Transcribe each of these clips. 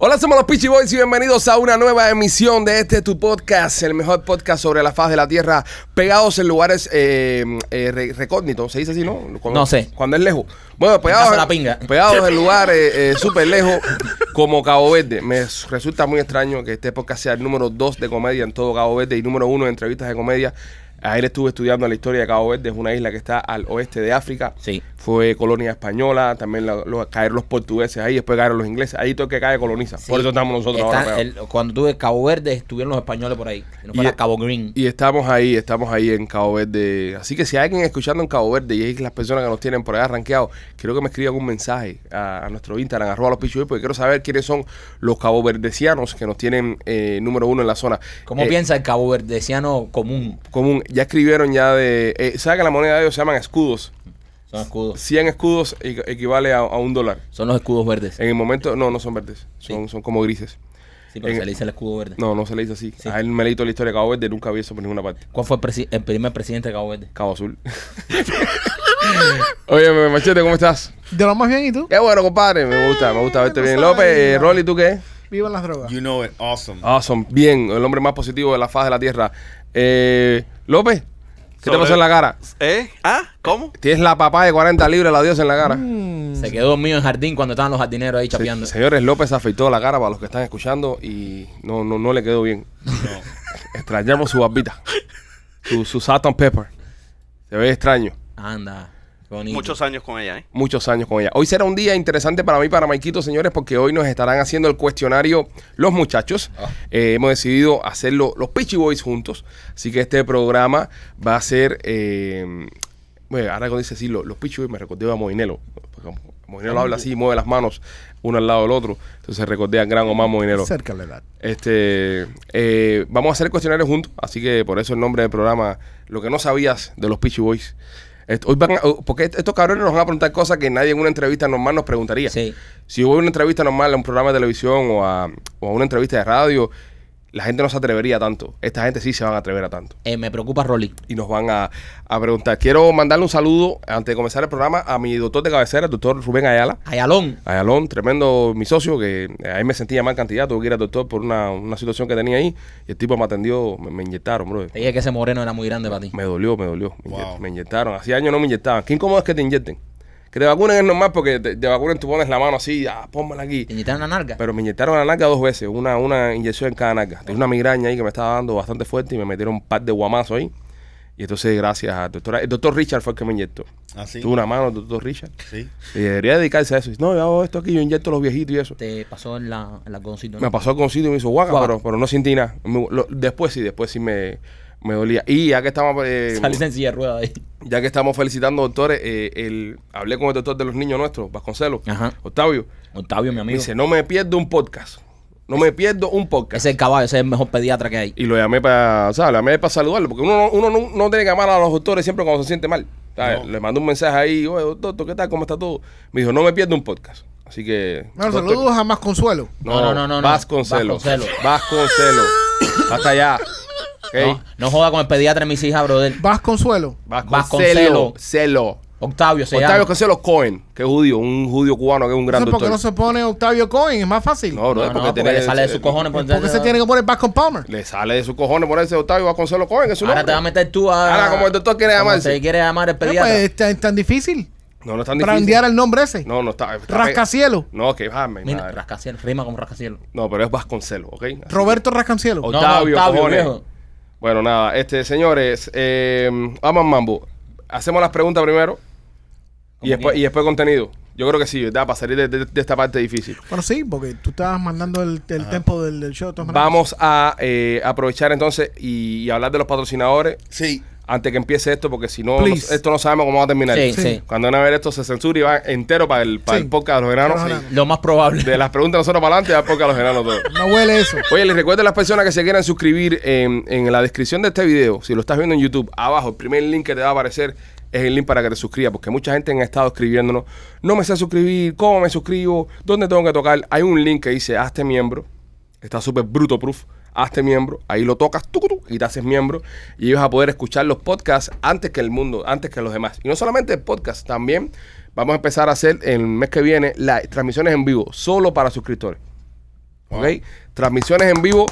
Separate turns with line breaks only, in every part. Hola, somos los Peachy Boys y bienvenidos a una nueva emisión de este tu podcast, el mejor podcast sobre la faz de la tierra, pegados en lugares eh, eh, re- recógnitos. ¿Se dice así, no? Cuando-
No sé.
Cuando es lejos. Bueno, pegados,
Casa La Pinga.
pegados en lugares eh, súper lejos, como Cabo Verde. Me s- resulta muy extraño que este podcast sea el número 2 de comedia en todo Cabo Verde y número 1 de entrevistas de comedia. Ayer estuve estudiando la historia de Cabo Verde, es una isla que está al oeste de África
Sí.
fue colonia española, también la- los- caer los portugueses ahí, después caer los ingleses, ahí todo el que cae coloniza. Por eso estamos nosotros
Está
ahora. pegados.
el- cuando tuve Cabo Verde, estuvieron los españoles por ahí. Si No
Y-
fuera Cabo Green.
Y estamos ahí, estamos ahí en Cabo Verde. Así que si hay alguien escuchando en Cabo Verde y es las personas que nos tienen por allá rankeados, quiero que me escriban un mensaje a, a nuestro Instagram, arroba los pichuy, porque quiero saber quiénes son los caboverdecianos que nos tienen eh, número uno en la zona.
¿Cómo
Eh,
piensa el Cabo Verdeciano común?
Común, ya escribieron ya de... Eh, ¿Sabes que la moneda de ellos se llaman escudos?
Son escudos.
100 escudos equ- equivale a- a un dólar.
Son los escudos verdes.
En el momento, no, no son verdes, son, son como grises.
Sí, pero
en-
se le dice el escudo verde.
eh, No, no se le dice así. A él me leí toda la historia de Cabo Verde, nunca vi eso por ninguna parte.
¿Cuál fue el, presi- el primer presidente de Cabo Verde?
Cabo Azul. Oye, Machete, ¿cómo estás?
De lo más bien, ¿y tú?
Qué bueno, compadre. Me gusta, me gusta verte
no
bien.
sabe,
López, eh,
no.
Rolly, ¿tú qué?
Vivan las drogas.
You know it, awesome.
Awesome, bien. El hombre más positivo de la faz de la tierra. Eh, López, ¿qué te
Sobre-
pasó en la cara?
¿Eh? ¿Ah? ¿Cómo?
Tienes la papá de 40 libras, la diosa en la cara.
Se quedó mío en el jardín cuando estaban los jardineros ahí
Se-
chapeando.
señores, López afeitó la cara para los que están escuchando y no, no, no le quedó bien.
No.
Extrañamos su barbita, su, su salt and pepper. Se ve extraño.
Anda. qué bonito.
Muchos años con ella, ¿eh?
muchos años con ella. Hoy será un día interesante para mí, para Maikito, señores, porque hoy nos estarán haciendo el cuestionario los muchachos. Eh, hemos decidido hacerlo los Peachy Boys juntos. Así que este programa va a ser. eh, bueno, ahora cuando dice así, los, los Peachy Boys me recordé a Moinelo. Porque Moinelo habla así, mueve las manos uno al lado del otro. Entonces recordé al gran Omar Moinelo.
Cerca la edad.
Este, eh, vamos a hacer el cuestionario juntos, así que por eso el nombre del programa, lo que no sabías de los Peachy Boys. Est- hoy van a- oh, porque est- estos cabrones nos van a preguntar cosas que nadie en una entrevista normal nos preguntaría.
Sí.
Si hubo una entrevista normal a un programa de televisión o a, o a una entrevista de radio, la gente no se atrevería tanto. Esta gente sí se van a atrever a tanto.
Eh, me preocupa Rolly.
Y nos van a, a preguntar. Quiero mandarle un saludo antes de comenzar el programa a mi doctor de cabecera, el doctor Rubén Ayala.
Ayalón.
Ayalón, tremendo mi socio, que eh, ahí me sentía mal cantidad, tuve que ir al doctor por una, una situación que tenía ahí, y el tipo me atendió, me, me inyectaron, bro.
Te dije que ese moreno era muy grande para ti.
Me dolió, me dolió. Me,
Wow.
inye- me inyectaron. Hacía años no me inyectaban. ¿Qué incómodo es que te inyecten? Que te vacunen es normal porque te, te vacunen, tú pones la mano así, ah, pónmela aquí.
Te inyectaron la narga.
Pero me inyectaron la narca dos veces, una, una inyección en cada narca. Tenía una migraña ahí que me estaba dando bastante fuerte y me metieron un par de guamazos ahí. Y entonces, gracias al doctor. El doctor Richard fue el que me inyectó.
Así.
Tuve una mano del doctor Richard.
Sí.
Y debería dedicarse a eso. Y dice, no, yo hago esto aquí, yo inyecto a los viejitos y eso.
Te pasó en la, en la goncito, ¿no?
Me pasó con sitio y me hizo guaca,
Guaca.
pero, pero no sentí nada. Me- lo- después sí, después sí me, me dolía. Y ya que estamos eh,
Saliste en silla de ruedas ahí.
ya que estamos felicitando doctores, eh, el, hablé con el doctor de los niños nuestros, Vasconcelos,
Ajá.
Octavio.
Octavio, mi
Me
amigo.
dice, no me pierdo un podcast. No me pierdo un podcast.
Ese es el caballo, ese es el mejor pediatra que hay.
Y lo llamé para, ¿sabes? Lo llamé para saludarlo, porque uno, no- uno no, no tiene que llamar a los doctores siempre cuando se siente mal. ¿sabes?
No.
Le mandé un mensaje ahí, oye, doctor, ¿qué tal? ¿Cómo está todo? Me dijo, no me pierdo un podcast. Así que...
Bueno,
doctor-
saludos a Más Consuelo.
No, no, no, no. Vasconcelos.
Vasconcelos.
Vasconcelos. Hasta allá. Ok.
No, no joda con el pediatra de mis hijas, brother.
Vas Consuelo.
Vasconcelos.
Vasconcelos.
Celo.
Octavio se
Octavio
llama.
Vasconcelos Cohen, que es judío, un judío cubano que es un gran
No sé por qué
doctor.
no se pone Octavio Cohen, es más fácil.
No, bro,
No, no, porque, le sale de sus cojones. pues, por-
¿Por qué se tiene que poner Vascon Palmer?
Le sale de sus cojones ponerse Octavio Vasconcelos Cohen, que es su
Ahora
nombre.
te vas a meter tú a...
Ahora, como el doctor quiere
como
llamarse.
te quiere llamar el
Eh,
pediatra.
pues, ¿tan- tan difícil.
No, no es tan difícil.
Brandear el nombre ese.
No, no está. está
Rascacielos.
No, que bájame,
Mira,
madre.
rascacielos, rima como rascacielos.
No, pero es Vasconcelos, ¿ok? Así que-
Roberto Rascancielo.
No, no,
Octavio,
Octavio,
cojones.
viejo.
Bueno, nada, este, señores, eh, vamos al mambo. Hacemos las preguntas primero y
Como
después,
quieras.
y después contenido. Yo creo que sí, ¿verdad? Para salir de, de- de esta parte difícil.
Bueno, sí, porque tú estabas mandando el, el tempo del, del show. de todas maneras.
Vamos a eh, aprovechar entonces y, y hablar de los patrocinadores
Sí.
antes que empiece esto, porque si no, no-
Please.
esto no sabemos cómo va a terminar.
Sí, sí.
Cuando van a ver esto se censura y va entero para el, para
Sí.
el podcast de los enanos.
Para los enanos.
Lo más probable.
De las preguntas nosotros para adelante, va el podcast de los enanos todo.
No huele eso.
Oye, les recuerdo a las personas que se quieran suscribir en, en la descripción de este video. Si lo estás viendo en YouTube, abajo, el primer link que te va a aparecer es el link para que te suscribas, porque mucha gente ha estado escribiéndonos, no me sé suscribir, ¿cómo me suscribo? ¿Dónde tengo que tocar? Hay un link que dice, hazte miembro. Está súper bruto proof. Hazte miembro, ahí lo tocas tú y te haces miembro y vas a poder escuchar los podcasts antes que el mundo, antes que los demás. Y no solamente el podcast, también vamos a empezar a hacer el mes que viene las transmisiones en vivo solo para suscriptores. ¿Ok? Transmisiones en vivo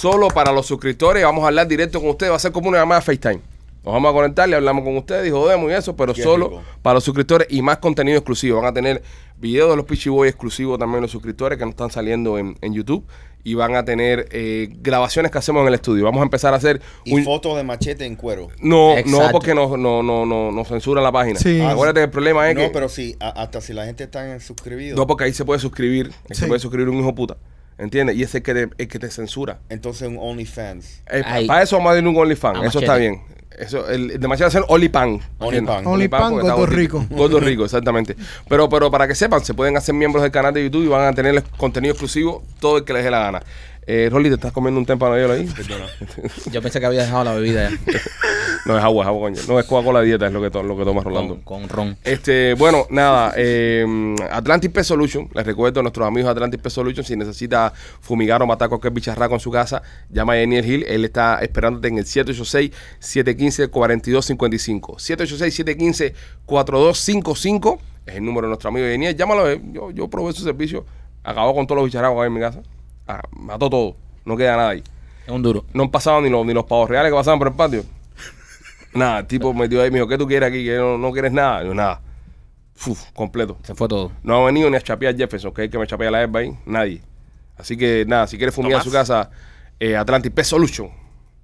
solo para los suscriptores. Vamos a hablar directo con ustedes. Va a ser como una llamada FaceTime. Nos vamos a conectar, le hablamos con ustedes y jodemos y eso, pero
Qué
solo
rico.
para los suscriptores y más contenido exclusivo. Van a tener videos de los Peachy Boys exclusivos también los suscriptores que no están saliendo en, en YouTube y van a tener eh, grabaciones que hacemos en el estudio. Vamos a empezar a hacer
Y
un-
fotos de machete en cuero.
No, no,
Exacto.
porque nos no, no, no, nos censuran la página. Ah,
Sí.
Acuérdate que el problema es
no,
que...
pero sí, a- hasta si la gente está en suscribido.
No, porque ahí se puede suscribir. ahí Se
Sí.
puede suscribir un hijo puta. ¿Entiendes? Y ese es el que te, el que te censura.
Entonces un OnlyFans.
Eh,
Ay.
para eso vamos a ir un OnlyFans.
A
Eso
Machete.
está bien. Eso, el, el de Machete va a ser OnlyPan.
OnlyFan.
OnlyPan,
porque está
Gordo
gordito.
Rico.
Gordo Rico, exactamente. Pero, pero para que sepan, se pueden hacer miembros del canal de YouTube y van a tener el contenido exclusivo todo el que les dé la gana. Eh, Rolly, ¿te estás comiendo un tempanadillo ahí?
Perdona.
Yo pensé que había dejado la bebida ya.
No, es agua, es agua, coño. No, es Coca-Cola dieta, es lo que, to- lo que toma Rolando.
con, con ron.
Este, bueno, nada, eh, Atlantic Pest Solution, les recuerdo a nuestros amigos de Atlantic Pest Solution, si necesita fumigar o matar cualquier bicharraco en su casa, llama a Daniel Hill, él está esperándote en el 786-715-4255. 786-715-4255 es el número de nuestro amigo Daniel, llámalo, eh, yo, yo probé su servicio, acabó con todos los bicharracos que hay en mi casa, Ah, mató todo, no queda nada ahí.
Es un duro.
No han pasado ni los, ni los pavos reales que pasaban por el patio. Nada, el tipo metió ahí y me dijo, ¿qué tú quieres aquí? Que no, no quieres nada. Yo, nada. Uf, completo.
Se fue todo.
No ha venido ni a chapear Jefferson, que es el que me chapea la herba ahí. Nadie. Así que nada, si quieres fumigar
Tomás.
en su casa, eh, Atlantic Pest Solution.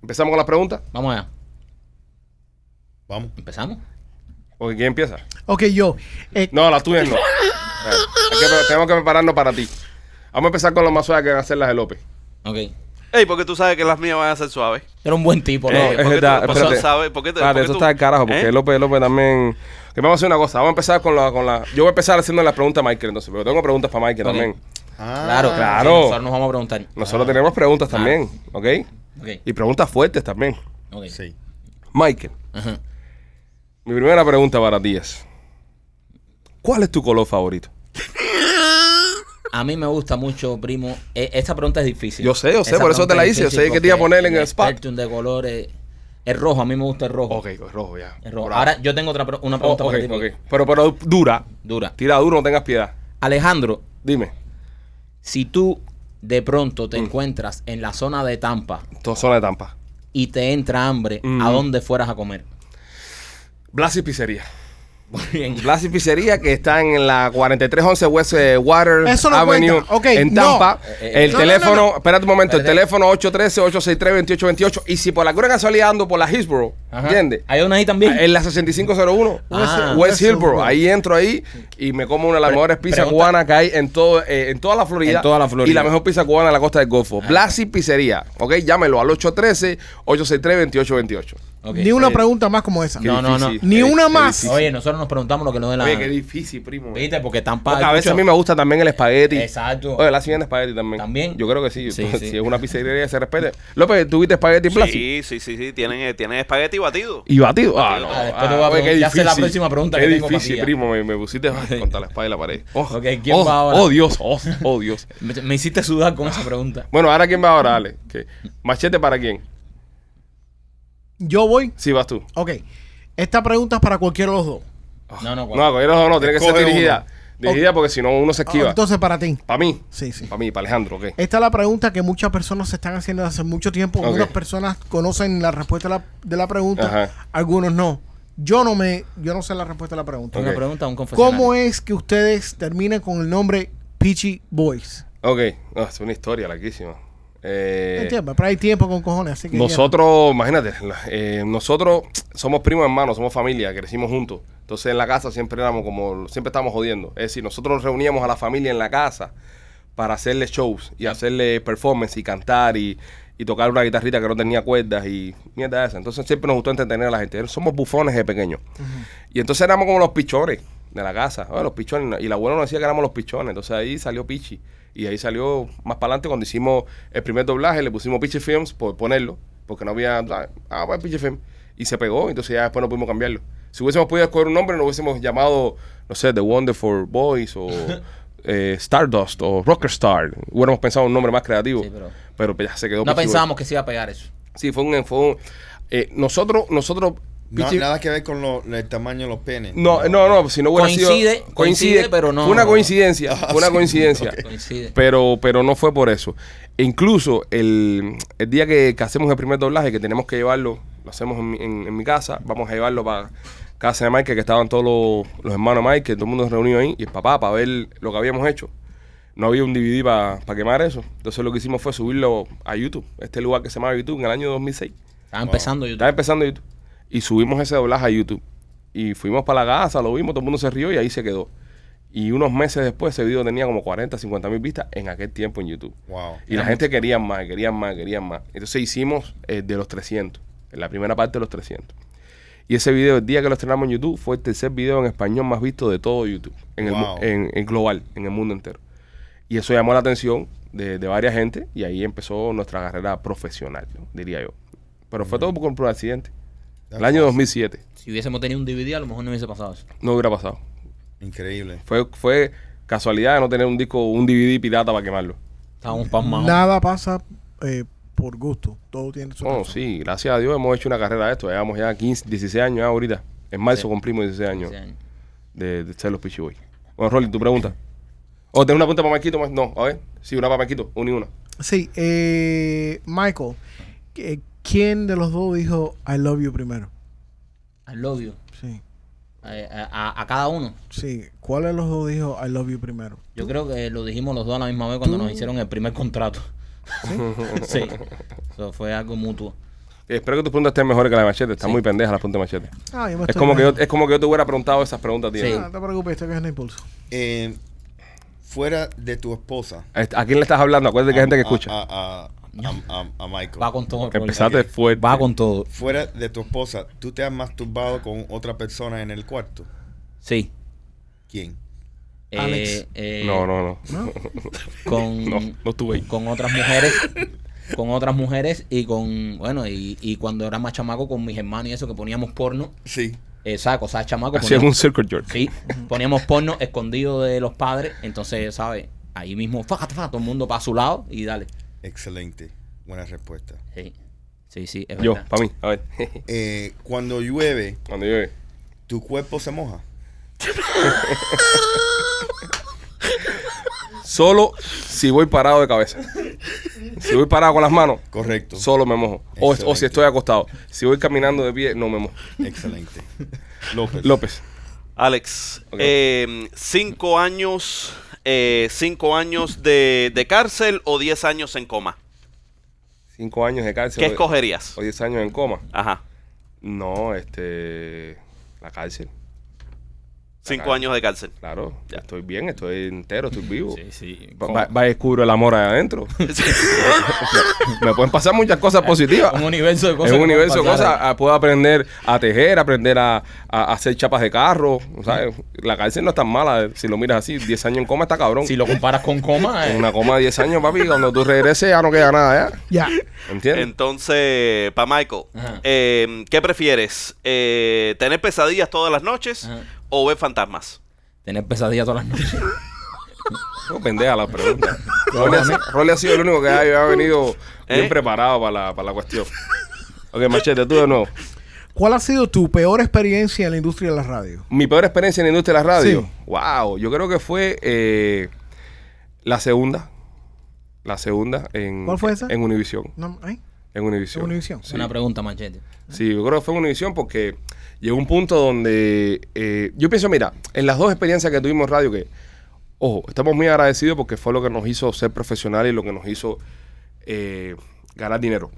¿Empezamos con las preguntas?
Vamos allá.
Vamos.
¿Empezamos?
¿O quién empieza?
Ok, yo. Eh,
No, las tuyas no. Vale. Hay que- tenemos que prepararnos para ti. Vamos a empezar con los más suaves que van a hacer las de López.
Ok.
Ey, porque tú sabes que las mías van a ser suaves.
Era un buen tipo, ¿no?
Eh,
es
¿por qué
verdad,
tú- por
espérate.
eso sabes? ¿Por qué te-
Espérate,
por qué
eso
tú-
está del carajo, porque
¿Eh?
López López también. Que vamos a hacer una cosa, vamos a empezar con la, con la. Yo voy a empezar haciendo las preguntas a Michael entonces, pero tengo preguntas para Michael
Ok.
también.
Ah,
Claro,
claro.
Nosotros nos vamos a preguntar.
Nosotros tenemos
Ah.
preguntas también, ¿ok?
Ok.
Y preguntas fuertes también.
Ok.
Sí.
Michael,
Ajá.
mi primera pregunta para ti es: ¿Cuál es tu color favorito?
A mí me gusta mucho, primo. eh, esta pregunta es difícil.
Yo sé, yo sé,
Esa
por eso te la
pregunta es
hice, yo
difícil
sé que te iba a
porque
poner en el spot.
spectrum de colores. El rojo, a mí me gusta el rojo.
Ok, es rojo ya.
El rojo.
Bravo.
Ahora yo tengo otra pre- una
Oh,
pregunta
ok,
para ti.
ok. Pero, pero dura,
Dura.
tira duro, no tengas piedad.
Alejandro,
Dime,
si tú de pronto
Mm.
te encuentras en la zona de Tampa
to- zona de Tampa.
y te entra hambre,
Mm.
¿a dónde fueras a comer?
Blas y Pizzería.
Muy bien.
Blas y Pizzería que están en la 4311 West eh, Water
Eso no
Avenue
cuenta. Ok,
en
no.
Tampa.
Eh, eh,
el
no,
teléfono,
no, no,
espérate un momento, el
Espérate.
teléfono 813-863-2828. Y si por alguna casualidad ando por la Hillsborough,
Ajá.
¿entiendes?
Hay una ahí también.
En la 6501
Ah.
West
West
Hillsborough.
Hillsborough.
Ahí entro ahí y me como una de las
Pre-
mejores pizzas
pregunta-
cubanas que hay en, todo, eh, en toda la Florida.
En toda la Florida.
Y la mejor pizza cubana de la costa del Golfo. Blas y Pizzería. Ok, llámelo al 813-863-2828.
Ok.
Ni una pregunta más como esa.
Qué
No, no, no.
difícil,
Ni
qué-
una
qué
más.
difícil.
Oye, nosotros nos preguntamos lo que nos dé la
Oye, qué difícil, primo. eh.
¿Viste? Porque Tampa.
Porque a
hay
veces a
mucho-
mí me gusta también el espagueti.
Exacto.
Oye, la siguiente espagueti también.
También.
Yo creo que sí.
Sí, sí.
Si es una pizzería que se respete. López, ¿tuviste espagueti en Blasi?
Sí, sí, sí, sí. Tienen, eh, tienen espagueti y batido.
Y batido. Ah, no.
Ah,
después te voy a
oye,
preguntar. Ya sé la próxima pregunta
qué
que tengo para
difícil,
ti ya.
primo. Me, me pusiste ay, contra la espalda y la pared. Oh,
Ok, ¿quién
oh,
va ahora?
Oh, Dios. Oh, oh, Dios.
Me, me hiciste sudar con esa pregunta.
Bueno, ahora quién va ahora, Ale. ¿Qué? ¿Machete para quién?
Yo voy.
Sí, vas tú.
Ok. Esta pregunta es para cualquiera de los dos.
No, no,
No, coño, no, no. Tiene que ser
Escoge
dirigida. Dirigida porque si no uno se
Ah,
esquiva.
entonces, para ti.
Para mí.
Sí, sí.
Para mí, para Alejandro, ok.
Esta es la pregunta que muchas personas se están haciendo hace mucho tiempo.
Ok.
Algunas personas conocen la respuesta a la- de la pregunta,
Ajá.
algunos no. Yo no me, yo no sé la respuesta a la pregunta.
Una
Ok.
pregunta a un confesionario.
¿Cómo es que ustedes terminan con el nombre Peachy Boys?
Ok. No, es una historia larguísima. Eh,
Entiendo, pero hay tiempo con cojones, así que ya.
Nosotros, imagínate, la- eh, nosotros somos primos hermanos, somos familia, crecimos juntos. Entonces en la casa siempre éramos como, siempre estábamos jodiendo. Es decir, nosotros nos reuníamos a la familia en la casa para hacerle shows y hacerle performance y cantar y, y tocar una guitarrita que no tenía cuerdas y mierda esa. Entonces siempre nos gustó entretener a la gente. Somos bufones de pequeños. Y entonces éramos como los pichones de la casa. Ah, los pichones. Y el abuelo nos decía que éramos los pichones. Entonces ahí salió Pichi. Y ahí salió más para adelante cuando hicimos el primer doblaje, le pusimos Pichi Films por ponerlo, porque no había. Ah, pues Pichi Films. Y se pegó, entonces ya después no pudimos cambiarlo. Si hubiésemos podido escoger un nombre, nos hubiésemos llamado, no sé, The Wonderful Boys o. eh, Stardust o Rocker Star. Hubiéramos pensado un nombre más creativo.
Sí, pero-
pero, ya se quedó.
No
Peachy Boys.
pensábamos que se iba a pegar eso.
Sí, fue un. Fue un- eh, nosotros, nosotros.
No,
Peachy-
nada que ver con lo- el tamaño de los penes.
no, no, no, si no hubiera sido-
Coincide, coincide, pero no- Ah,
Fue una coincidencia, fue una
sí,
coincidencia.
Coincide.
Pero, pero no fue por eso. E incluso el, el día que, que hacemos el primer doblaje, que tenemos que llevarlo, lo hacemos en, mi- en- en mi casa, vamos a llevarlo para casa de Mike, que estaban todos los, los hermanos Mike, que todo el mundo se reunió ahí, y el papá, para ver lo que habíamos hecho. No había un DVD para quemar eso. Entonces lo que hicimos fue subirlo a YouTube, este lugar que se llama YouTube, en el año 2006.
Estaba empezando
Estaba
YouTube.
empezando YouTube. Y subimos ese doblaje a YouTube. Y fuimos para la casa, lo vimos, todo el mundo se rió y ahí se quedó. Y unos meses después ese video tenía como 40, 50 mil vistas en aquel tiempo en YouTube.
Wow.
Y la gente quería más, querían más, querían más. Entonces hicimos eh, de los 300, en la primera parte de los 300. Y ese video, el día que lo estrenamos en YouTube, fue el tercer video en español más visto de todo YouTube, en, el, mu-
Wow.
en, en global, en el mundo entero. Y eso llamó la atención de, de varias gente y ahí empezó nuestra carrera profesional, ¿no? diría yo. Pero fue todo por, por accidente. El año 2007
Si hubiésemos tenido un DVD, a lo mejor no hubiese pasado eso.
no hubiera pasado.
Increíble.
Fue, fue casualidad de no tener un disco, un DVD pirata para quemarlo.
Estábamos pasmados.
Nada pasa eh, por gusto. Todo tiene su
Oh,
razón.
sí, gracias a Dios hemos hecho una carrera de esto. Llevamos ya 15, 16 años ya ahorita. En marzo
Sí.
cumplimos 16 años
Sí.
de, de ser los Pichi Boys. Bueno, Rolly, tu pregunta. ¿O tenés una pregunta para Marquito? más? No, a ver. Sí, una para Marquito, una y una.
Sí, eh, Michael, eh, ¿quién de los dos dijo I love you primero?
I love you.
Sí,
Eh, A, a- a cada uno.
sí. ¿Cuál de los dos dijo I love you primero?
Yo creo que lo dijimos los dos a la misma vez cuando nos hicieron el primer contrato. Sí. Eso fue algo mutuo.
Eh, espero que tus preguntas estén mejores que la de Machete. Está
Sí.
muy pendeja la pregunta de Machete.
Ah, yo me
Es
estoy
como, que yo,
ganando.
es como que yo te hubiera preguntado esas preguntas, ¿eh? tío.
Sí.
Ah, no te preocupes, estoy cogiendo impulso.
Eh, fuera de tu esposa.
¿A a quién le estás hablando? Acuérdate que hay gente que
a-
Ah,
escucha.
A, a, a- a- a Michael.
Va con todo. Rolly.
Empezaste fuerte.
Va con todo.
Fuera de tu esposa, ¿tú te has masturbado con otra persona en el cuarto?
Sí.
¿Quién?
Eh,
Alex.
eh,
No, no, no.
¿No?
Con,
No, no estuve ahí.
con otras mujeres. con otras mujeres y con. Bueno, y, y cuando era más chamaco con mis hermanos y eso que poníamos porno.
Sí.
Exacto, o sea, chamaco.
Hacían un
poníamos-
circle jerk.
Sí, poníamos porno escondido de los padres. Entonces, ¿sabes? Ahí mismo, fa, fa, todo el mundo para su lado y dale.
Excelente. Buena respuesta.
Sí, sí, sí es
Yo,
verdad.
para mí. A ver.
Eh, cuando llueve,
Cuando llueve.
¿tu cuerpo se moja?
Solo si voy parado de cabeza. Si voy parado con las manos,
Correcto.
solo me mojo. O, o si estoy acostado. Si voy caminando de pie, no me mojo.
Excelente. López.
López.
Alex,
Ok.
eh, cinco años, eh, cinco años de, de cárcel o diez años en coma.
Cinco años de cárcel.
¿Qué
o-
escogerías?
O diez años en coma.
Ajá.
No, este. La cárcel.
Cinco
Acá.
años de cárcel.
Claro. Estoy bien, estoy entero, estoy vivo.
Sí, sí.
Va, va- va y descubro el amor ahí adentro. me pueden pasar muchas cosas positivas.
Un universo de
Es
cosas.
un
que
universo de
pueden pasar
cosas.
ahí.
Ah, Puedo aprender a tejer, aprender a, a hacer chapas de carro. ¿sabes? La cárcel no es tan mala. eh, Si lo miras así, 10 años en coma está cabrón.
Si lo comparas con coma,
En
eh,
ah, una coma de 10 años, papi, cuando tú regreses ya no queda nada, ¿ya?
Ya.
¿Entiendes?
Entonces, para Michael,
Ajá.
eh, ¿qué prefieres? Eh, ¿Tener pesadillas todas las noches
Ajá.
o ver fantasmas?
tener pesadillas todas las noches.
No, pendeja la pregunta. Rolly ha, sido- Rolly ha sido el único que ha, ha venido bien
¿Eh?
preparado para la, para la cuestión. Ok, machete, tú de nuevo.
¿Cuál ha sido tu peor experiencia en la industria de la radio?
Mi peor experiencia en la industria de la radio.
Sí.
Wow, yo creo que fue eh, la segunda. La segunda en,
¿Cuál fue esa?
en Univisión.
¿No? ¿Eh?
En Univisión.
En Univisión.
Sí.
Es Una pregunta, Manchete.
Sí, yo creo que fue en Univisión porque llegó un punto donde eh, yo pienso, mira, en las dos experiencias que tuvimos en radio, que, ojo, estamos muy agradecidos porque fue lo que nos hizo ser profesionales y lo que nos hizo eh, ganar dinero.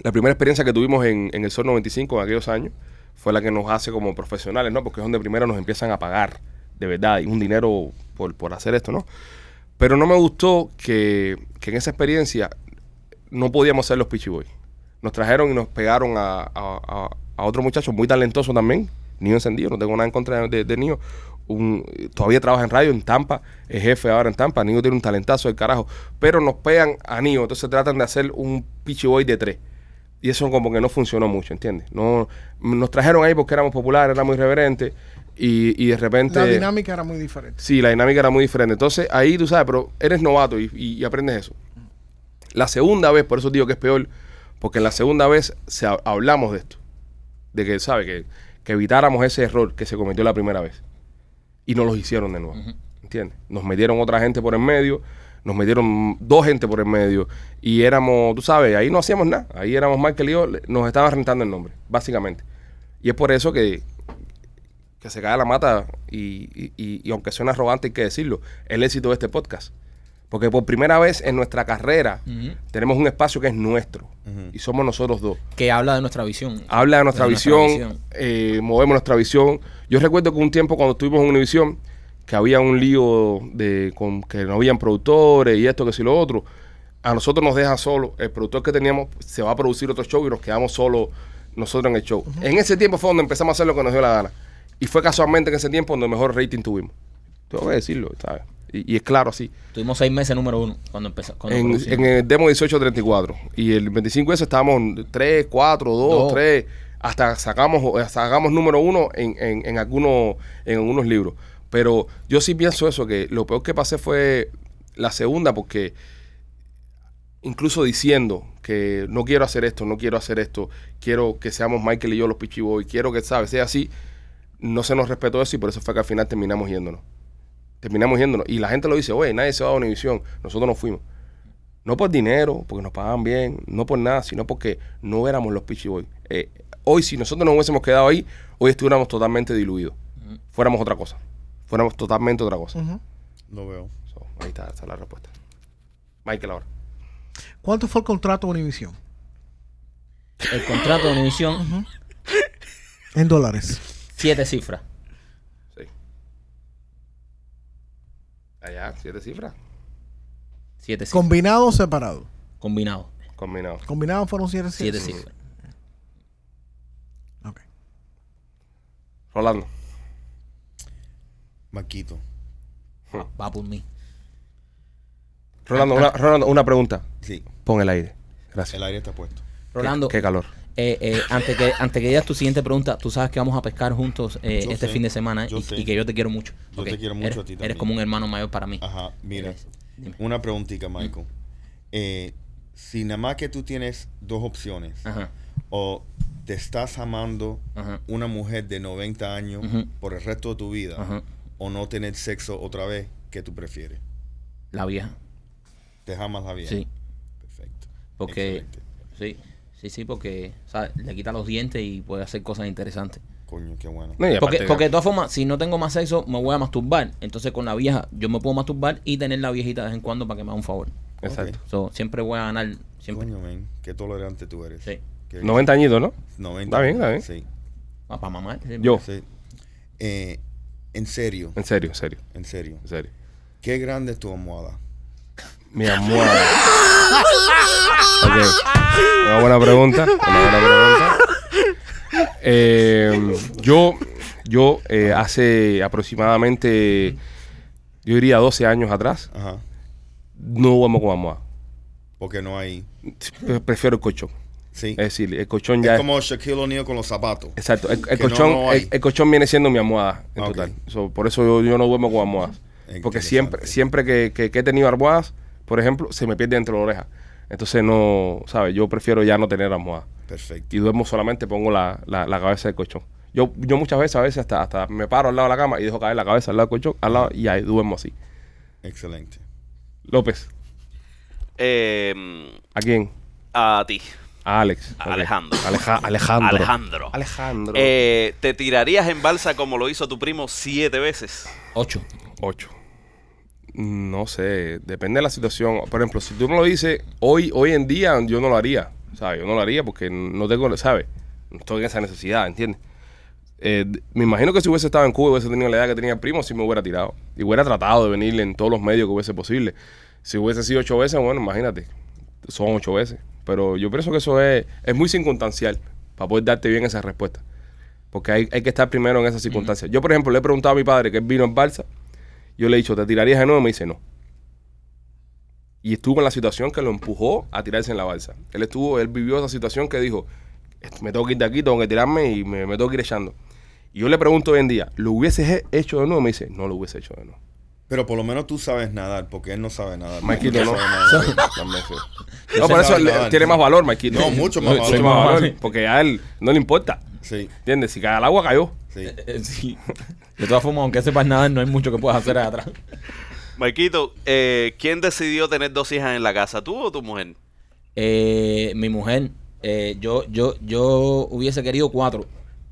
La primera experiencia que tuvimos en, en el Sol 95 en aquellos años fue la que nos hace como profesionales, ¿no? Porque es donde primero nos empiezan a pagar, de verdad, y un dinero por, por hacer esto, ¿no? Pero no me gustó que, que en esa experiencia no podíamos ser los Peachy Boys. Nos trajeron y nos pegaron a, a- a- a otro muchacho muy talentoso también, Niño Encendido, no tengo nada en contra de, de Niño. todavía trabaja en radio en Tampa, es jefe ahora en Tampa. Niño tiene un talentazo del carajo, pero nos pegan a Niño, entonces tratan de hacer un Peachy Boy de tres. Y eso como que no funcionó mucho, ¿entiendes? No, nos trajeron ahí porque éramos populares, éramos irreverentes. y, y de repente...
La dinámica era muy diferente.
Sí, la dinámica era muy diferente. Entonces, ahí tú sabes, pero eres novato y, y- y aprendes eso. La segunda vez, por eso digo que es peor, porque en la segunda vez se ha- hablamos de esto. De que, ¿sabes? Que, que evitáramos ese error que se cometió la primera vez. Y no los hicieron de nuevo. ¿Entiendes? Nos metieron otra gente por en medio, nos metieron dos gente por en medio. Y éramos, tú sabes, ahí no hacíamos nada. Ahí éramos más que lío, le- nos estaban rentando el nombre, básicamente. Y es por eso que, que se cae la mata y, y- y- y aunque suene arrogante hay que decirlo, el éxito de este podcast. Porque por primera vez en nuestra carrera
Ujú.
tenemos un espacio que es nuestro
Ujú.
y somos nosotros dos.
Que habla de nuestra visión.
Habla de nuestra
De nuestra
visión,
visión.
eh, movemos nuestra visión. Yo recuerdo que un tiempo cuando estuvimos en Univisión, que había un lío de con que no habían productores y esto, que si lo otro. A nosotros nos deja solo. El productor que teníamos se va a producir otro show y nos quedamos solos nosotros en el show. En ese tiempo fue donde empezamos a hacer lo que nos dio la gana. Y fue casualmente en ese tiempo donde mejor rating tuvimos. Tengo que decirlo, ¿sabes? Y, y es claro así.
Tuvimos seis meses número uno cuando empezó. cuando
En,
producimos.
en el demo 1834. Y el 25 ese estábamos 3, 4, 2,
Dos.
3. Hasta sacamos, sacamos número uno en, en, en algunos, en algunos libros. Pero yo sí pienso eso, que lo peor que pasé fue la segunda, porque incluso diciendo que no quiero hacer esto, no quiero hacer esto, quiero que seamos Michael y yo los Pitchy Boys, quiero que, ¿sabes? Sea así. No se nos respetó eso y por eso fue que al final terminamos yéndonos. Terminamos yéndonos. Y la gente lo dice, oye, nadie se va a Univisión. Nosotros nos fuimos. No por dinero, porque nos pagaban bien, no por nada, sino porque no éramos los Pitchy Boys. Eh, hoy, si nosotros nos hubiésemos quedado ahí, hoy estuviéramos totalmente diluidos. Fuéramos otra cosa. Fuéramos totalmente otra cosa.
Ujú.
Lo veo.
So, ahí está, esa es la respuesta. Michael ahora.
¿Cuánto fue el contrato de Univision?
El contrato de Univisión,
En dólares.
siete cifras.
Sí. Allá, siete cifras.
Siete cifras.
Combinado o separado.
Combinado.
Combinado.
Combinado fueron siete
Siete
cifras.
cifras.
Ok.
Rolando.
Maquito.
Va por mí. Ah,
Rolando, una, Rolando, una pregunta.
Sí,
Pon el aire. Gracias.
el aire está puesto.
Rolando,
Qué, qué calor.
eh, eh, antes que antes que digas tu siguiente pregunta, tú sabes que vamos a pescar juntos eh,
Yo
este
sé,
fin de semana
yo
y,
sé.
y que yo te quiero mucho.
Yo
Ok,
te quiero mucho
eres-
a ti
Eres
también.
como un hermano mayor para mí.
Ajá, mira.
Eres- dime.
Una preguntita, Michael. Eh, si nada más que tú tienes dos opciones,
Ajá,
o te estás amando
ajá,
una mujer de 90 años
Ujú.
por el resto de tu vida,
ajá.
o no tener sexo otra vez, ¿qué tú prefieres?
La vieja.
¿Te amas la vida?
Sí.
Perfecto.
Porque.
Excelente.
Sí, sí, sí, porque ¿sabes? le quita los dientes y puede hacer cosas interesantes.
Coño, qué bueno.
No, y
Porque,
aparte-
porque de todas formas, si no tengo más sexo, me voy a masturbar. Entonces con la vieja, yo me puedo masturbar y tener la viejita de vez en cuando para que me haga un favor.
Exacto.
So, siempre voy a ganar. Siempre.
Coño, men, qué tolerante tú eres.
Sí.
Qué-
90 añitos, ¿no?
90.
Está bien, está bien.
Sí,
para Ah, mamar. sí.
Yo.
sí. Eh, en serio,
En serio, en serio,
en serio.
en serio.
Qué grande es tu almohada.
Mi amor. Ok. Una buena pregunta. Una buena pregunta. Eh, yo, yo eh, hace aproximadamente, yo diría 12 años atrás,
Ajá.
no duermo con almohada.
Porque no hay.
Pre- Prefiero el colchón.
Sí.
Es
Es,
decir, el colchón ya es...
como Shaquille O'Neal con los zapatos.
Exacto, el, el
que no,
colchón,
no hay.
el, el colchón viene siendo mi almohada en
Ah, ok.
total. So, por eso yo, yo no duermo con almohadas. Porque
Interesante.
siempre, siempre que, que- que he tenido almohadas, por ejemplo, se me pierde entre la oreja. Entonces no, ¿sabes? Yo prefiero ya no tener almohada.
Perfecto.
Y duermo solamente, pongo la, la- la cabeza del colchón. Yo, yo muchas veces, a veces hasta, hasta me paro al lado de la cama y dejo caer la cabeza al lado del colchón, al lado, y ahí duermo así.
Excelente.
López,
Eh,
¿a quién?
a ti,
A Alex.
A
Ok.
Alejandro.
Aleja- Alejandro.
Alejandro.
Alejandro.
Eh, ¿Te tirarías en balsa como lo hizo tu primo siete veces?
Ocho.
Ocho. No sé, depende de la situación. Por ejemplo, si tú me lo dices hoy, hoy en día, yo no lo haría. ¿Sabes? Yo no lo haría porque no tengo, ¿sabes? No estoy en esa necesidad, ¿entiendes? Eh, d- me imagino que si hubiese estado en Cuba, hubiese tenido la edad que tenía el primo, si me hubiera tirado. Y hubiera tratado de venir en todos los medios que hubiese posible. Si hubiese sido ocho veces, bueno, imagínate. Son ocho veces. Pero yo pienso que eso es, es muy circunstancial para poder darte bien esa respuesta. Porque hay, hay que estar primero en esas circunstancias. Yo, por ejemplo, le he preguntado a mi padre que él vino en balsa. Yo le he dicho, ¿te tirarías de nuevo? Y me dice, no. Y estuvo en la situación que lo empujó a tirarse en la balsa. Él estuvo, él vivió esa situación que dijo, "Est- me tengo que ir de aquí, tengo que tirarme y me, me tengo que ir echando. Y yo le pregunto hoy en día, ¿lo hubieses he- hecho de nuevo? Me dice, no lo hubiese hecho de nuevo.
Pero por lo menos tú sabes nadar, porque él no sabe nadar.
Maikito no.
sabe nadar.
No, por eso
sabe
le-
nadar.
tiene más valor, Maikito.
No, mucho más
Mucho
valor.
más valor, porque a él no le importa.
Sí,
¿Entiendes? Si cae al agua, cayó.
sí.
Eh, sí. De todas formas, aunque sepas nada, no hay mucho que puedas hacer allá atrás.
Maikito, eh, ¿quién decidió tener dos hijas en la casa? ¿Tú o tu mujer?
Eh, mi mujer, eh, yo, yo, yo hubiese querido cuatro.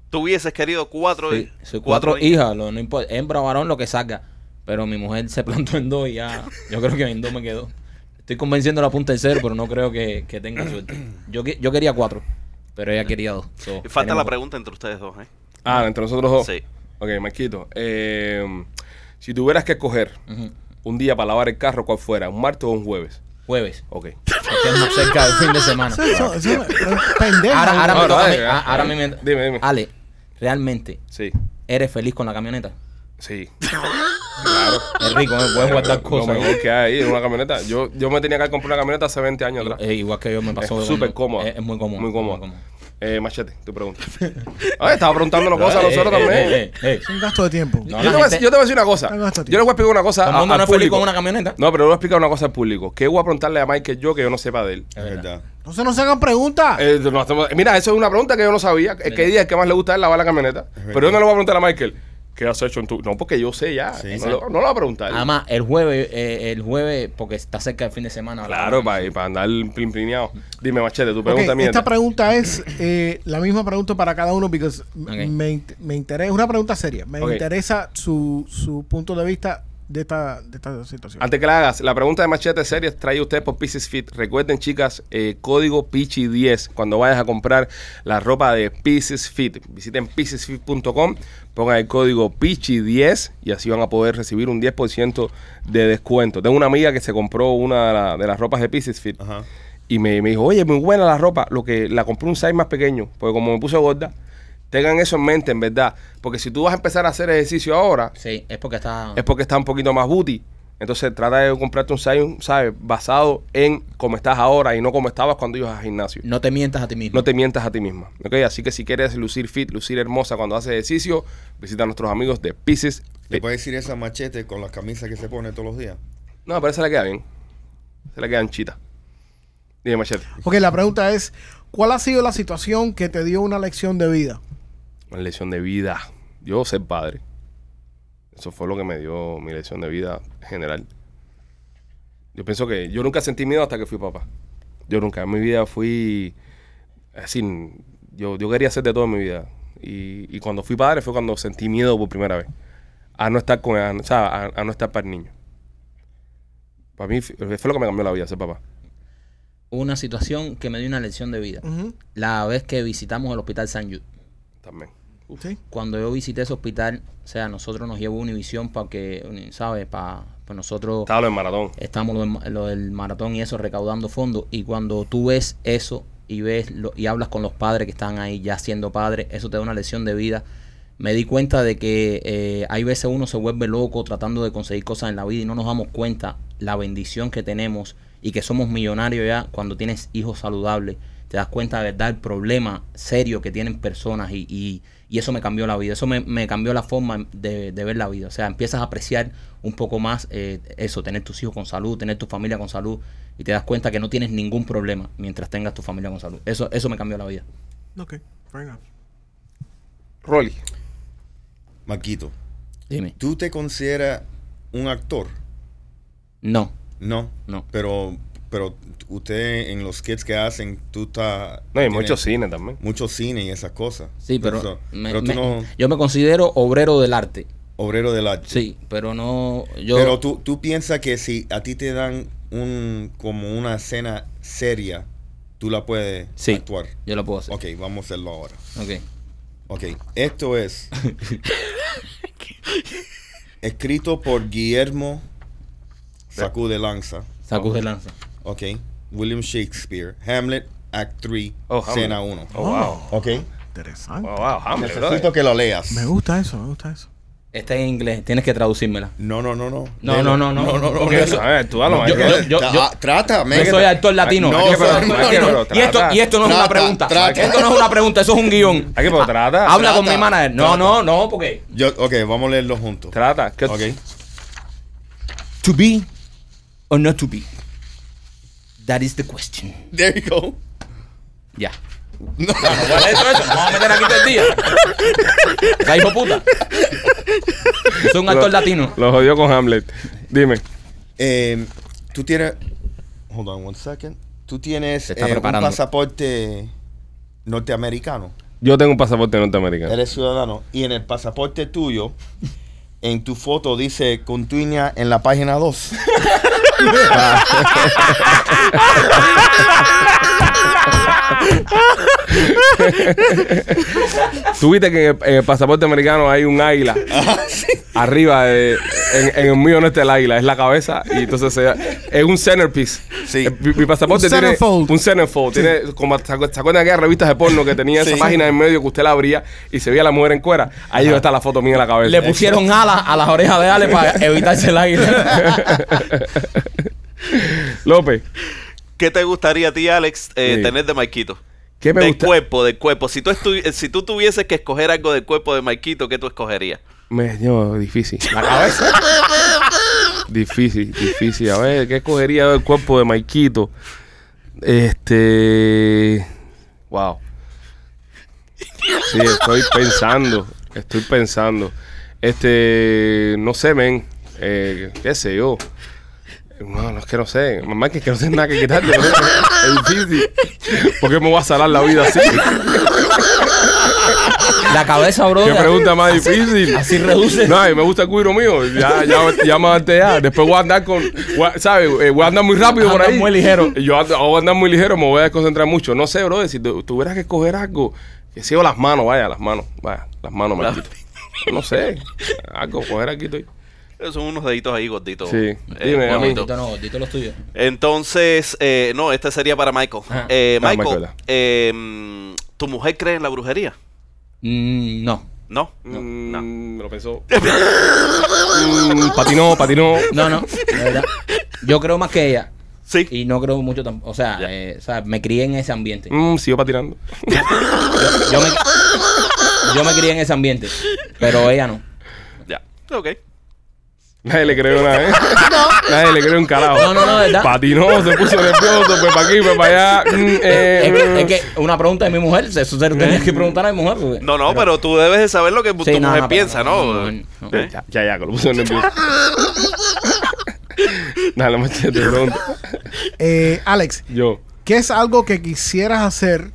¿Tú hubieses querido cuatro,
Sí,
hi-
soy cuatro, hijas, lo- no importa, hembra o varón, lo que salga. Pero mi mujer se plantó en dos y ya, yo creo que en dos me quedó. Estoy convenciendo la punta en cero, pero no creo que, que tenga suerte. Yo, que- yo quería cuatro, pero ella quería dos. So,
Y Falta la
tenemos-
pregunta entre ustedes dos, ¿eh?
Ah, entre nosotros dos.
Sí.
Ok, Maikito. eh, si tuvieras que escoger
Ujú.
un día para lavar el carro, ¿cuál fuera? ¿Un martes o un jueves?
Jueves,
Ok.
porque es más cerca del fin de semana.
Eso, eso, eso es pendejo.
Ahora, ahora me
Ahora,
toca a mí.
dale,
ah, Ahora
dale.
me-
Dime, dime.
Ale, ¿realmente
Sí.
eres feliz con la camioneta?
Sí. Claro.
Es rico, ¿eh? puedes guardar
Lo
cosas.
mejor que hay es una camioneta. Yo, yo me tenía que comprar una camioneta hace 20 años atrás.
Eh, igual que yo me pasó.
Es
con-
súper cómoda.
Es, es muy cómodo.
Muy cómoda. Eh, machete, tu pregunta. Ah, estaba preguntándonos cosas a
Eh,
nosotros
eh,
también.
eh, eh, eh.
Es un gasto de tiempo.
No,
Yo,
la
te voy a,
gente-
yo te voy a decir una cosa.
Tengo esto, tío.
Yo le voy a explicar una cosa
Todo
a-
el mundo
al
no es feliz
público.
con una camioneta.
No, pero le voy a explicar una cosa al público. ¿Qué voy a preguntarle a Michael yo que yo no sepa de él?
Es verdad.
Entonces no se hagan
Ah.
preguntas.
Eh, no hacemos- mira, eso es una pregunta que yo no sabía. Eh, ¿Qué día es que más le gusta a él lavar la camioneta? Pero yo no le voy a preguntar a Michael. ¿Qué has hecho en tu...? No, porque yo sé ya.
Sí,
no,
sí.
le- no lo voy a preguntar.
Además, el jueves, eh, el jueves, porque está cerca del fin de semana.
claro, para, para andar plimplineado. Dime, machete, tu
Ok,
pregunta mía.
esta pregunta es eh, la misma pregunta para cada uno porque
Ok.
me, in- me interesa, es una pregunta seria, me
Ok.
interesa su, su punto de vista de esta, de esta situación.
Antes que la hagas, la pregunta de Machete Series trae usted por Pieces Fit. Recuerden, chicas, eh, código PICHI10 cuando vayas a comprar la ropa de Pieces Fit. Visiten piecesfit.com, pongan el código PICHI10 y así van a poder recibir un 10% de descuento. Tengo una amiga que se compró una de, la- de las ropas de Pieces Fit
Ajá.
y me, me dijo, oye, muy buena la ropa, lo que la compré un size más pequeño, porque como me puse gorda, tengan eso en mente, en verdad, porque si tú vas a empezar a hacer ejercicio ahora,
Sí, es porque está.
es porque está un poquito más booty. Entonces trata de comprarte un size, ¿sabes? Basado en cómo estás ahora y no como estabas cuando ibas al gimnasio.
No te mientas a ti mismo.
No te mientas a ti misma. ¿Ok? Así que si quieres lucir fit, lucir hermosa cuando haces ejercicio, visita a nuestros amigos de Pieces.
¿Le
Fit.
puedes decir esa machete con las camisas que se pone todos los días?
No, pero se le queda bien. Se le queda anchita. Dime, machete.
Ok, la pregunta es, ¿cuál ha sido la situación que te dio una lección de vida?
Una lección de vida. Yo ser padre. Eso fue lo que me dio mi lección de vida general. Yo pienso que yo nunca sentí miedo hasta que fui papá. Yo nunca en mi vida fui así. Yo, yo quería hacer de todo en mi vida. Y, y cuando fui padre fue cuando sentí miedo por primera vez. A no estar con, a- o sea, a, a no estar para el niño. Para mí fue fue lo que me cambió la vida, ser papá.
Una situación que me dio una lección de vida.
Ujú,
La vez que visitamos el hospital San Jude.
También.
¿sí?
Cuando yo visité ese hospital, o sea, nosotros nos llevó Univisión para que, uni- ¿sabes? Para pues nosotros
Estaba lo del maratón.
estamos lo, del- lo del maratón y eso recaudando fondos. Y cuando tú ves eso y ves lo- y hablas con los padres que están ahí ya siendo padres, eso te da una lección de vida. Me di cuenta de que eh, hay veces uno se vuelve loco tratando de conseguir cosas en la vida y no nos damos cuenta la bendición que tenemos y que somos millonarios ya cuando tienes hijos saludables. Te das cuenta de verdad el problema serio que tienen personas y, y- y eso me cambió la vida. Eso me, me cambió la forma de, de ver la vida. O sea, empiezas a apreciar un poco más eh, eso, tener tus hijos con salud, tener tu familia con salud y te das cuenta que no tienes ningún problema mientras tengas tu familia con salud. Eso, eso me cambió la vida.
Ok, fair enough.
Rolly.
Maquito,
Dime.
¿tú te consideras un actor?
No,
No.
no.
Pero, pero usted en los kits que hacen, tú estás...
No, y
tienes
mucho cine también.
Mucho cine y esas cosas.
Sí, pero,
Eso-
me-
pero tú
me-
no...
yo me considero obrero del arte.
Obrero del arte.
Sí, pero no. Yo,
Pero tú, tú piensas que si a ti te dan un como una escena seria, tú la puedes
Sí.
actuar.
yo lo puedo hacer.
Ok, vamos a hacerlo ahora.
Ok.
Ok, esto es escrito por Guillermo Sacude Lanza,
Sacus de lanza.
ok, William Shakespeare, Hamlet, Act 3,
Oh, Hamlet.
escena 1.
Oh, wow.
Ok,
Interesante.
Wow, wow, Hamlet, brother.
necesito que lo leas.
Me gusta eso, me gusta eso.
Está en inglés, tienes que traducírmela.
No, no, no, Ah, no.
No, no, no, no.
No, no, no.
Porque eso-
A ver, tú dalo,
No,
Michael.
yo- yo-
Tra-
yo-
trátame.
Yo soy actor latino.
No,
Aquí, pero-
pero-
aquí,
pero
no. y, esto,
trata.
y esto no es una
Trata,
pregunta.
trata.
Esto no es una pregunta, eso es un guión. Ah,
Aquí, pero trata.
Habla
trata,
con mi manager. No,
trata.
no, no, porque.
Yo, ok, vamos a leerlo juntos.
Trata. ¿Qué-
Ok.
To be or not to be. That is the question.
There you go.
Ya.
No.
¿Cuál es todo eso? Nos vamos a meter aquí todo el día. O sea, hijo puta. Soy un actor latino.
Lo jodió con Hamlet. Dime.
Eh, tú tienes. Hold on one second. Tú tienes
Se está
eh, un
preparando.
pasaporte norteamericano.
Yo tengo un pasaporte norteamericano.
Eres ciudadano. Y en el pasaporte tuyo, en tu foto dice Contuña en la página 2.
Tú viste que en el, en el pasaporte americano hay un águila.
Ah,
Arriba de. En, en el mío no está el águila, es la cabeza. Y entonces se- es un centerpiece.
Sí.
Eh, Mi, mi pasaporte
Un
tiene.
centerfold.
Un centerfold. Tiene como. ¿Se acu- se acuerdan de aquellas revistas de porno que tenía
Sí.
esa página en medio que usted la abría y se veía la mujer en cuera? Ahí está la foto mía en la cabeza.
Le pusieron alas a las orejas de Ale para evitarse el águila.
López,
¿Qué te gustaría a ti, Alex, eh,
Sí.
tener de Maikito?
¿qué me
del
gusta?
cuerpo, del cuerpo. Si tú, estu- eh, si tú tuvieses que escoger algo del cuerpo de Maikito, ¿qué tú escogerías?
Me, no, difícil. La cabeza. difícil, difícil. A ver, ¿qué escogería del cuerpo de Maikito? Este. Wow. Sí, estoy pensando. Estoy pensando. Este. No sé, men. Eh, ¿Qué sé yo? No, no es que no sé. Mamá, que, que no sé nada que quitarte. ¿no? Es difícil. ¿Por qué me voy a salar la vida así?
La cabeza, bro.
¿Qué pregunta más difícil?
Así reduce.
No, y me gusta el cuiro mío. Ya, ya, ya me adapté ya. Después voy a andar con. voy a- ¿Sabes? Eh, Voy a andar muy rápido por
Andas
ahí.
muy ligero.
Yo ando- voy a andar muy ligero, me voy a desconcentrar mucho. No sé, brother, si tu- tuvieras que escoger algo, que sea las manos, vaya, las manos, vaya, las manos,
Las-
Marquito. No sé, algo, coger aquí estoy.
Son unos deditos ahí gorditos.
Sí.
eh,
Dime,
bonito.
a mí.
no, gordito los tuyos.
Entonces, eh, no, este sería para Michael.
Ajá.
Eh,
Ah,
Michael,
Michael, ya.
eh, mm, ¿tu mujer cree en la brujería?
Mm, no.
No. Mm,
No, me lo pensó. Mm, patinó, patinó.
No, no. de verdad. Yo creo más que ella.
Sí.
Y no creo mucho tampoco. O sea,
Ya.
eh, o sea, me crié en ese ambiente.
Mm, siguió patinando.
Yo, yo me, yo me crié en ese ambiente. Pero ella no.
Ya. Ok.
Nadie le creó nada, ¿eh? Nadie le creó un carajo.
No, no, no, de verdad.
Patinó, se puso nervioso, fue para aquí, fue para allá. Mm, eh,
Es
mm.
que, es que una pregunta de mi mujer, eso se lo tenías que preguntar a mi mujer. porque-
No, no, pero, tú debes de saber lo que
Sí, no,
tu mujer
no, pero
piensa, ¿no?
no, no, no.
¿Eh?
Ya, ya, ya, que lo puso nervioso. Dale, machete, pregunta.
Eh, Alex,
Yo.
¿qué es algo que quisieras hacer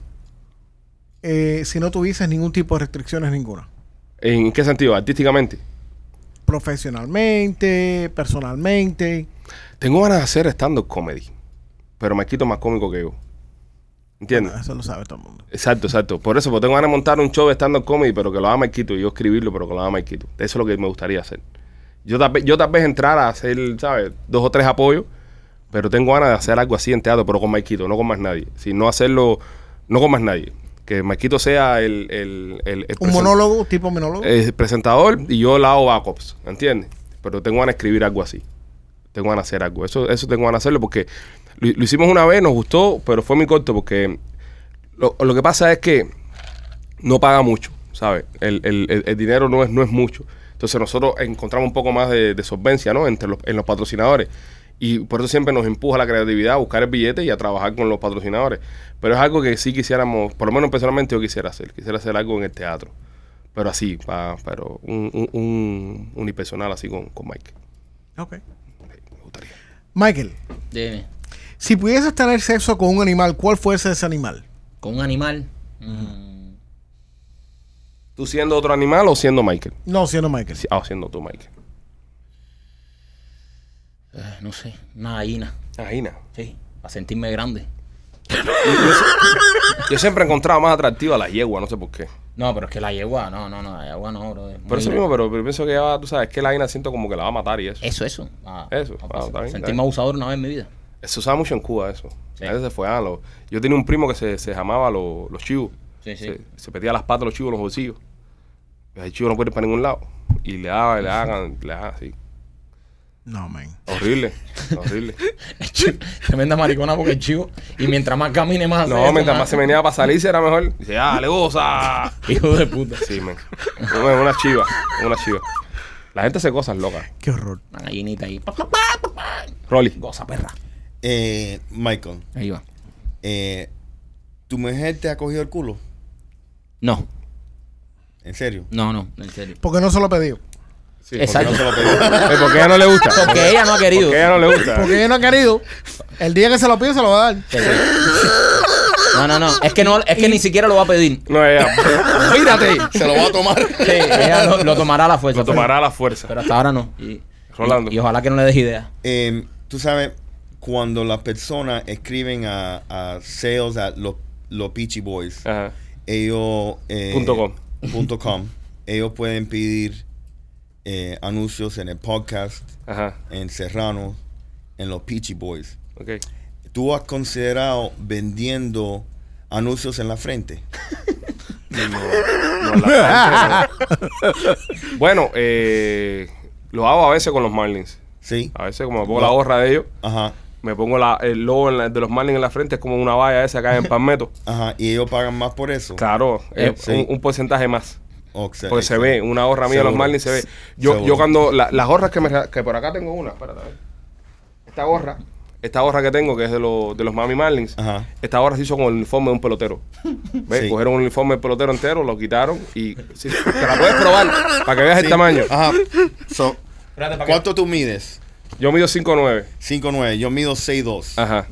eh, si no tuvieses ningún tipo de restricciones ninguna?
¿En qué sentido? Artísticamente.
Profesionalmente, personalmente.
Tengo ganas de hacer stand-up comedy. Pero me quito más cómico que yo. ¿Entiendes?
Bueno, eso lo sabe todo el mundo.
Exacto, exacto. Por eso, porque tengo ganas de montar un show de stand-up comedy, pero que lo haga Marquito y yo escribirlo, pero que lo haga Marquito. Eso es lo que me gustaría hacer. Yo tal, vez, yo tal vez entrar a hacer, ¿sabes? Dos o tres apoyos, pero tengo ganas de hacer algo así en teatro, pero con Marquito, no con más nadie. Si no hacerlo, no con más nadie. Que Marquito sea el... el, el- el
Un
presen-
monólogo, tipo monólogo.
el presentador y yo la hago backups, ¿entiendes? Pero tengo ganas de escribir algo así. Tengo ganas de hacer algo. Eso, eso tengo ganas de hacerlo porque lo, lo hicimos una vez, nos gustó, pero fue muy corto porque lo, lo que pasa es que no paga mucho, ¿sabes? El, el- el- el dinero no es, no es mucho. Entonces nosotros encontramos un poco más de, de solvencia, ¿no? Entre los, en los patrocinadores. Y por eso siempre nos empuja la creatividad a buscar el billete y a trabajar con los patrocinadores. Pero es algo que sí quisiéramos, por lo menos personalmente yo quisiera hacer. Quisiera hacer algo en el teatro. Pero así, pa- pero un, un, un unipersonal así con, con Mike.
Ok.
Me gustaría.
Michael,
Dime,
si pudieses tener sexo con un animal, ¿cuál fuese ese animal?
con un animal. mm,
¿Tú siendo otro animal o siendo Michael?
No, siendo Michael.
Sí, Ah, siendo tú, Michael.
eh, no sé, una gallina.
Imagina.
Sí, para sentirme grande.
Yo siempre he encontrado más atractiva a la yegua, no sé por qué.
No, pero es que la yegua, no, no, no, la yegua no, bro. es
Por eso
muy grande.
mismo, pero, pero pienso que ya va, tú sabes, que la vaina siento como que la va a matar y eso.
Eso, eso. Ah,
Eso,
no
ah,
pasa.
está bien, está
Sentirme
bien.
abusador una vez en mi vida.
Se usaba mucho en Cuba eso.
Sí.
A veces se fue a los... Yo tenía un primo que se, se llamaba los, los chivos.
Sí, sí.
Se, se metía las patas de los chivos en los bolsillos. El chivo no puede ir para ningún lado. y le daba, le daba, le daba así.
No, man.
Horrible, horrible.
Tremenda maricona porque el chivo. Y mientras más camine, más hace
No,
eso,
mientras más se meneaba para salirse era mejor. Dice, ah, le goza.
Hijo de puta.
Sí, men. Una, una chiva, una chiva. La gente hace cosas locas.
Qué horror.
Una gallinita ahí.
Rolly,
Goza, perra.
Eh, Michael,
Ahí va.
eh, ¿tu mujer te ha cogido el culo?
No,
¿En serio?
no, no, en serio.
Porque no se lo pedió.
sí,
Exacto.
No te lo pedí.
porque- eh, porque a ella no le gusta.
Porque ella no ha querido.
Porque a ella no le gusta.
Porque ella no ha querido. El día que se lo pide, se lo va a dar.
Sí, sí. No, no, no. Es que no, es que ni siquiera lo va a pedir.
No, ella. Mírate.
Se lo va a tomar.
Sí, ella lo, lo tomará a la fuerza.
Lo tomará a la fuerza.
Pero, pero hasta ahora no. Y,
Rolando.
y, y ojalá que no le des idea.
Eh, Tú sabes, cuando las personas escriben a, a sales a los, los Peachy Boys,
Ajá.
ellos... eh,
Ah. Punto com.
punto com, ellos pueden pedir eh, anuncios en el podcast,
Ajá.
en Serrano, en los Peachy Boys.
Ok.
¿Tú has considerado vendiendo anuncios en la frente?
No, la frente, no. Bueno, eh, lo hago a veces con los Marlins.
¿Sí?
A veces como me pongo la gorra de ellos,
Ajá,
me pongo la- el logo en la- de los Marlins en la frente, es como una valla esa acá en Palmetto.
ajá. ¿Y ellos pagan más por eso?
Claro,
Eh,
es
sí.
un, un porcentaje más.
O sea,
Porque se
exacto.
ve, una gorra mía de los
Seguro.
Marlins se ve. Yo,
Seguro.
yo cuando, la- las gorras que me, re- que por acá tengo una, espérate, a ver. Esta gorra, esta gorra que tengo, que es de, los de los Miami Marlins,
Ajá.
esta gorra se hizo con el uniforme de un pelotero. ¿Ves?
Sí.
Cogieron un uniforme del pelotero entero, lo quitaron y sí, te la puedes probar para que veas el
Sí, Ah.
tamaño.
Ajá. So, ¿Cuánto tú mides?
Yo mido 5'9".
5'9. Yo mido 6'2.
Ah.
Ajá.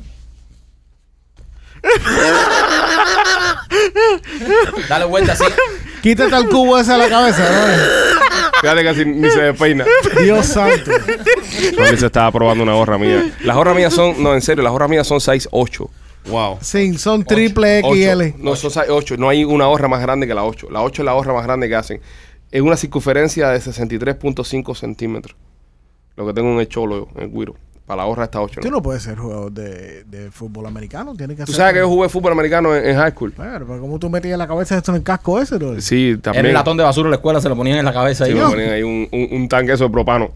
Dale vuelta así.
Quítate el cubo ese de la cabeza,
Fíjate que así ni se despeina.
¿no? Dios santo.
Porque se estaba probando una gorra mía. Las gorras mías son, no, en serio, las gorras mías son 6'8".
Wow.
Sí, son triple
Ocho.
XL.
No, son 8. No hay una horra más grande que la 8. La 8 es la horra más grande que hacen. Es una circunferencia de 63.5 centímetros. Lo que tengo en el cholo yo, en el guiro. Para la horra esta 8.
Tú no puedes ser jugador de, de fútbol americano. Tienes que
Tú
hacer-
sabes que yo jugué fútbol americano en, en high school.
Claro, pero ¿cómo tú metías la cabeza esto en el casco ese, bro?
Sí,
Era
también.
el latón de basura de la escuela, se lo ponían en la cabeza.
Sí,
ahí.
me ponían ahí un, un- un tanque eso de propano.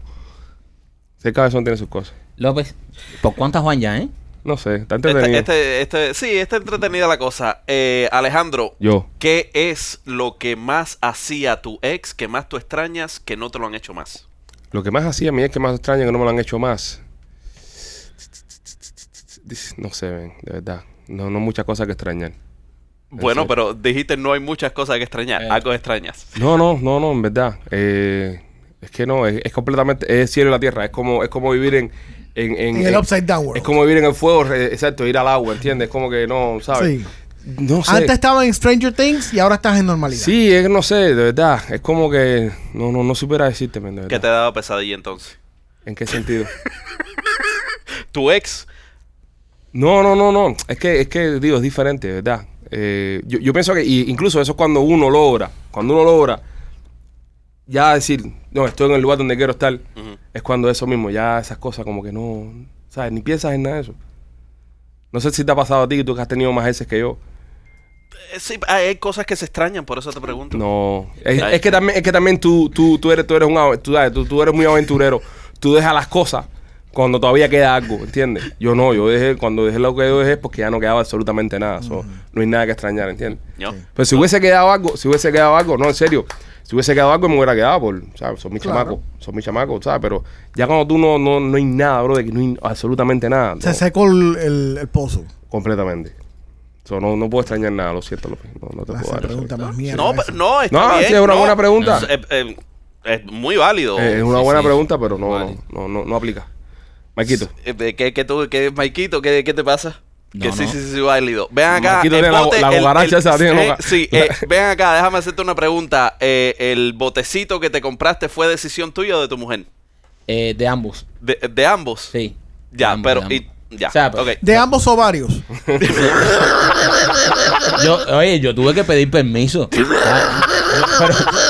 Ese cabezón tiene sus cosas.
López, ¿por cuántas van ya, eh?
No sé, está
Este,
entretenido.
este, este- sí, está entretenida la cosa. Eh, Alejandro,
Yo.
¿qué es lo que más hacía tu ex, que más tú extrañas, que no te lo han hecho más?
Lo que más hacía a mí es que más extraña que no me lo han hecho más. No sé, ven, de verdad. No, no muchas cosas que extrañar.
Bueno,
Exacto.
pero dijiste no hay muchas cosas que extrañar,
Eh.
algo extrañas.
No, no, no, no, en verdad. Eh, es que no, es, es completamente, es cielo y la tierra. Es como, es como vivir en, en, en-
En el
en-
upside down world.
Es como vivir en el fuego, re- exacto, ir al agua, ¿entiendes? Es como que no, ¿sabes?
Sí.
No sé.
Antes estaba en Stranger Things y ahora estás en normalidad.
sí, es, no sé, de verdad. Es como que no, no, no supiera decirte, men, de
¿Qué
verdad.
te daba pesadilla entonces?
¿En qué sentido?
Tu ex,
No, no, no, no. Es que, es que digo, es diferente, de ¿verdad? Eh, yo, yo pienso que y- incluso eso es cuando uno logra, cuando uno logra ya decir, no, estoy en el lugar donde quiero estar, es cuando eso mismo, ya esas cosas como que no, ¿sabes? Ni piensas en nada de eso. No sé si te ha pasado a ti, tú que has tenido más veces que yo.
eh, sí, hay hay cosas que se extrañan, por eso te pregunto.
No. Es,
Ay.
es que también, es que también tú, tú, tú eres, tú eres un ave- tú, sabes, tú- tú eres muy aventurero. Tú dejas las cosas cuando todavía queda algo, ¿entiendes? Yo no, yo dejé, cuando dejé lo que yo dejé, porque ya no quedaba absolutamente nada. so, No hay nada que extrañar, ¿entiendes?
¿No?
Pero si hubiese quedado algo, si hubiese quedado algo, no, en serio, si hubiese quedado algo me hubiera quedado por, ¿sabes? Son mis
Claro.
chamacos, son mis chamacos, ¿sabes? Pero ya cuando tú no, no, no hay nada, bro, de que no hay absolutamente nada.
Se
no,
secó el, el, el pozo.
completamente. So, no, no puedo extrañar nada, lo siento, López. No, no te
La
puedo dar eso.
pregunta más mierda.
No,
esa.
pero- no, está
No,
bien.
sí, es una
no.
buena pregunta.
Es, eh, es muy válido.
Eh, es una
Sí,
buena
sí.
pregunta, pero no,
Vale.
no, no, no aplica. Maquito.
Eh, ¿Qué, qué tú, qué, Maikito, qué, qué te pasa?
No,
que sí,
no.
sí, sí, sí, válido. Ven acá.
Maikito tiene la- la cucaracha esa, tiene
eh,
loca.
Sí, eh, ven acá, déjame hacerte una pregunta. Eh, ¿El botecito que te compraste fue decisión tuya o de tu mujer?
Eh, de ambos,
De, de ambos.
sí.
Ya,
De ambos,
pero.
de
y-
ambos.
ya,
O sea, pues, pero-
ok.
De ambos ovarios.
Yo, oye, yo tuve que pedir permiso. Ah, Pero,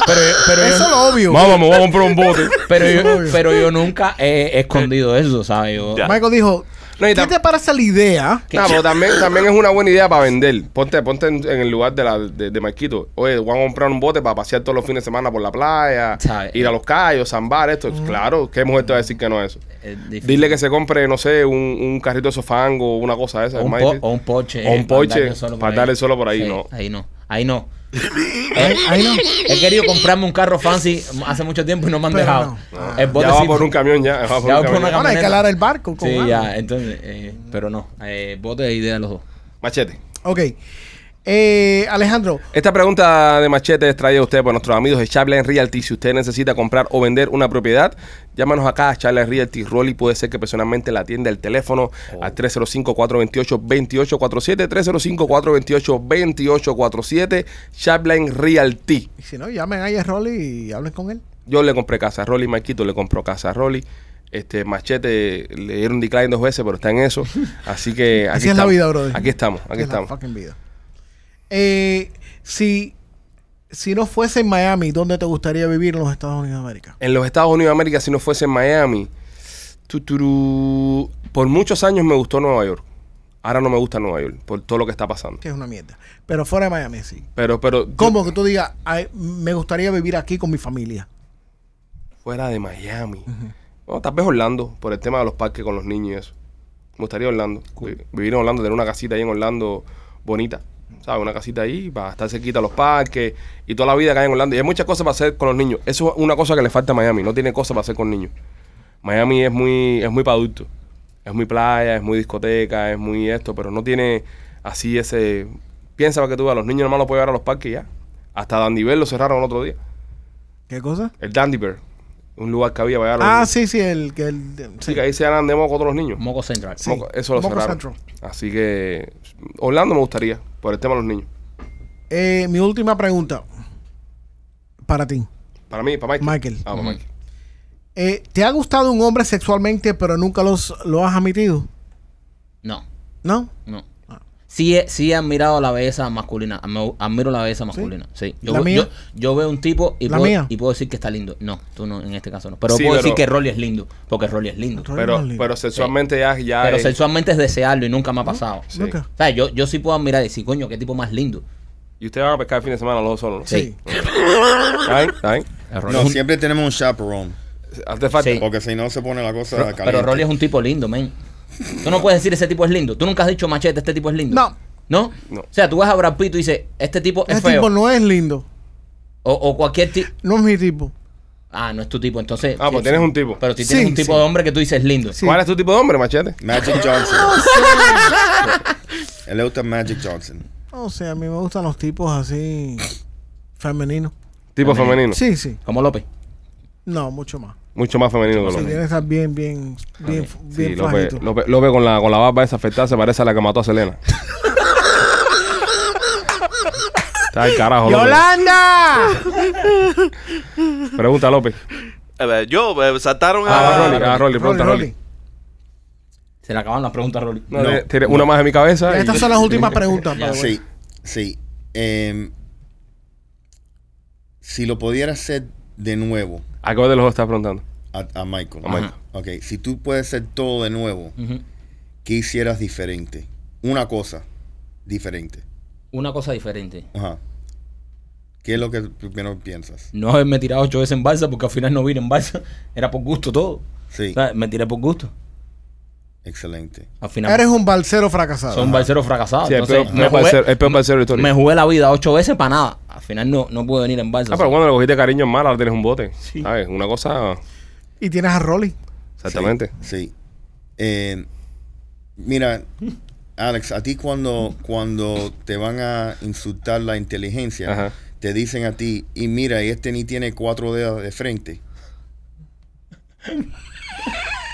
pero, pero yo-
Eso es lo obvio.
Vamos, vamos a comprar un bote.
Pero
Eso es
yo,
obvio.
Eh,
pero yo nunca he escondido eso, ¿sabes? Yo,
Ya.
Michael dijo,
No, y
¿Qué
tam-
te parece la idea?
No, pero también, también es una buena idea para vender. Ponte, ponte en, en el lugar de, la, de, de Marquito. Oye, van a comprar un bote para pasear todos los fines de semana por la playa,
¿Sabe? Mm.
ir a los callos, zambar, esto. Claro, ¿qué mujer te va a decir que no es eso?
eh, Es difícil.
Dile que se compre, no sé, un, un carrito de sofango, una cosa de esa.
o un, po- o un Porsche.
O un
eh,
Porsche,
para darle solo por
para
ahí.
darle solo por ahí,
Sí,
no.
Ahí no. Ahí no.
Ahí- ahí no.
He querido comprarme un carro fancy hace mucho tiempo y no me han
Pero
dejado.
no.
El bote
Ah. ya va
sí-
por un camión, ya. va por un
Ya va por
camión.
una
Ahora hay que
camioneta.
alar el barco. con
Sí,
algo.
ya, entonces, eh, pero no. Eh, bote de idea los dos.
Machete.
Ok. Eh, Alejandro,
Esta pregunta de Machete es traída a usted por nuestros amigos de Chapline Realty. Si usted necesita comprar o vender una propiedad, llámanos acá a Chapline Realty. Rolly puede ser que personalmente la atienda el teléfono
Oh.
al 305-428-2847. 305-428-2847. Chapline Realty.
y si no, llamen ahí a Rolly y hablen con él.
Yo le compré casa a Rolly, Marquito le compró casa a Rolly. Este Machete le dieron decline dos veces, pero está en eso. Así que aquí
Así es la
estamos.
vida, brother.
Aquí estamos, aquí
Es la
estamos.
fucking vida. Eh, si, si no fuese en Miami, ¿dónde te gustaría vivir en los Estados Unidos de América?
en los Estados Unidos de América, si no fuese en Miami, tuturú, por muchos años me gustó Nueva York. Ahora no me gusta Nueva York por todo lo que está pasando.
Que es una mierda. Pero fuera de Miami, sí.
Pero, pero
Como que tú digas, "Ay, me gustaría vivir aquí con mi familia.
fuera de Miami. No, tal vez Orlando, por el tema de los parques con los niños y eso. Me gustaría Orlando. Vi- Vivir en Orlando, tener una casita ahí en Orlando bonita. ¿Sabes? Una casita ahí para estar cerquita a los parques y toda la vida acá en Orlando. Y hay muchas cosas para hacer con los niños. Eso es una cosa que le falta a Miami. No tiene cosas para hacer con niños. Miami es muy, es muy para adultos. Es muy playa, es muy discoteca, es muy esto, pero no tiene así ese. Piensa para que tú veas, los niños nomás los pueden llevar a los parques y ya. Hasta Dandy Bear lo cerraron el otro día.
¿Qué cosa?
El Dandy Bear, un lugar que había para llevar a los
Ah,
niños.
sí, sí, el que el. de-
Sí, que ahí se ganan de moco todos los niños.
Moco Central.
Sí.
Moco- eso lo
Moco
cerraron.
Central.
Así que Orlando me gustaría, por el tema de los niños.
Eh, mi última pregunta para ti.
Para mí, para Michael.
Michael.
Ah, para Michael.
Eh, ¿Te ha gustado un hombre sexualmente, pero nunca los, lo has admitido?
No,
¿No?
no.
Ah.
Sí, he- sí he admirado la belleza masculina. Amo- Admiro la belleza masculina. Sí. Yo,
¿La
veo-
mía?
yo- yo veo un tipo y
¿La
puedo,
mía?
y puedo decir que está lindo. No, tú no, en este caso no. Pero
Sí,
puedo
pero-
decir que Rolly es lindo, porque Rolly es lindo.
Rolly-
Pero,
Orlando.
pero sexualmente ya, ya
Pero
es-
sexualmente es desearlo y nunca me ha pasado.
Sí.
Nunca.
O sea, yo, yo sí puedo admirar y decir, coño, qué tipo más lindo.
Y ustedes van a pescar el fin de semana los dos solos, ¿no?
Sí.
¿Saben? ¿Saben?
Rolly
No,
es un-
siempre tenemos un chaperón.
Hace falta.
Sí.
Porque si no se pone la cosa
Ro-
caliente.
Pero Rolly es un tipo lindo, men. Tú no puedes decir ese tipo es lindo. Tú nunca has dicho machete, este tipo es lindo.
No.
¿No?
No.
O sea, tú vas a Brad Pitt y tú dices, este tipo es
Ese
feo.
tipo no es lindo.
o, o cualquier tipo.
No es mi tipo.
Ah, no es tu tipo, entonces.
Ah, pues tienes un tipo.
Pero si
Sí,
tienes un tipo
sí.
de hombre que tú dices lindo.
Sí.
¿Cuál es tu tipo de hombre, machete?
Magic Johnson. Él le gusta Magic Johnson.
No sé, a mí me gustan los tipos así. femeninos.
Tipo femenino.
Sí, sí.
Como López.
No, mucho más.
Mucho más femenino que
Sí,
los
tiene que estar bien, bien, bien, bien
Sí, López,
flajito.
López, López con, la, con la barba esa afectada se parece a la que mató a Selena. Está el carajo. López.
¡Yolanda!
Pregunta López.
A ver, yo, eh, saltaron
Ah,
a...
Rolly, ah, Rolly, pregunta Rolly.
Rolly.
Se le acabaron las preguntas a Rolly.
No,
No,
tiene- tiene
no.
Una más en mi cabeza. y-
Estas son las últimas preguntas. pues,
Ya.
by the way.
Sí, sí. Em, si lo pudiera hacer de nuevo
¿A qué de los dos estás preguntando?
a, a Michael.
A Michael.
Ok, si tú puedes hacer todo de nuevo,
Ujú.
¿qué hicieras diferente? Una cosa diferente.
Una cosa diferente.
Ajá. ¿Qué es lo que primero piensas?
No haberme tirado ocho veces en balsa porque al final no vine en balsa. Era por gusto todo.
Sí,
O sea, me tiré por gusto.
excelente.
Al final.
Eres un balsero fracasado.
Son balseros fracasados.
Sí, el
Ah, entonces,
peor-
me
el
jugué-
balsero- el peor balsero de la historia.
Me jugué la vida ocho veces para nada. Al final no, no pude venir en balsa.
Ah, pero cuando le cogiste cariño en mal, ahora tienes un bote. ¿Sabes? Una cosa.
Y tienes a Rolly.
Exactamente.
Sí. sí. Eh, mira, Alex, a ti cuando, cuando te van a insultar la inteligencia,
Ajá.
te dicen a ti, y mira, y este ni tiene cuatro dedos de frente.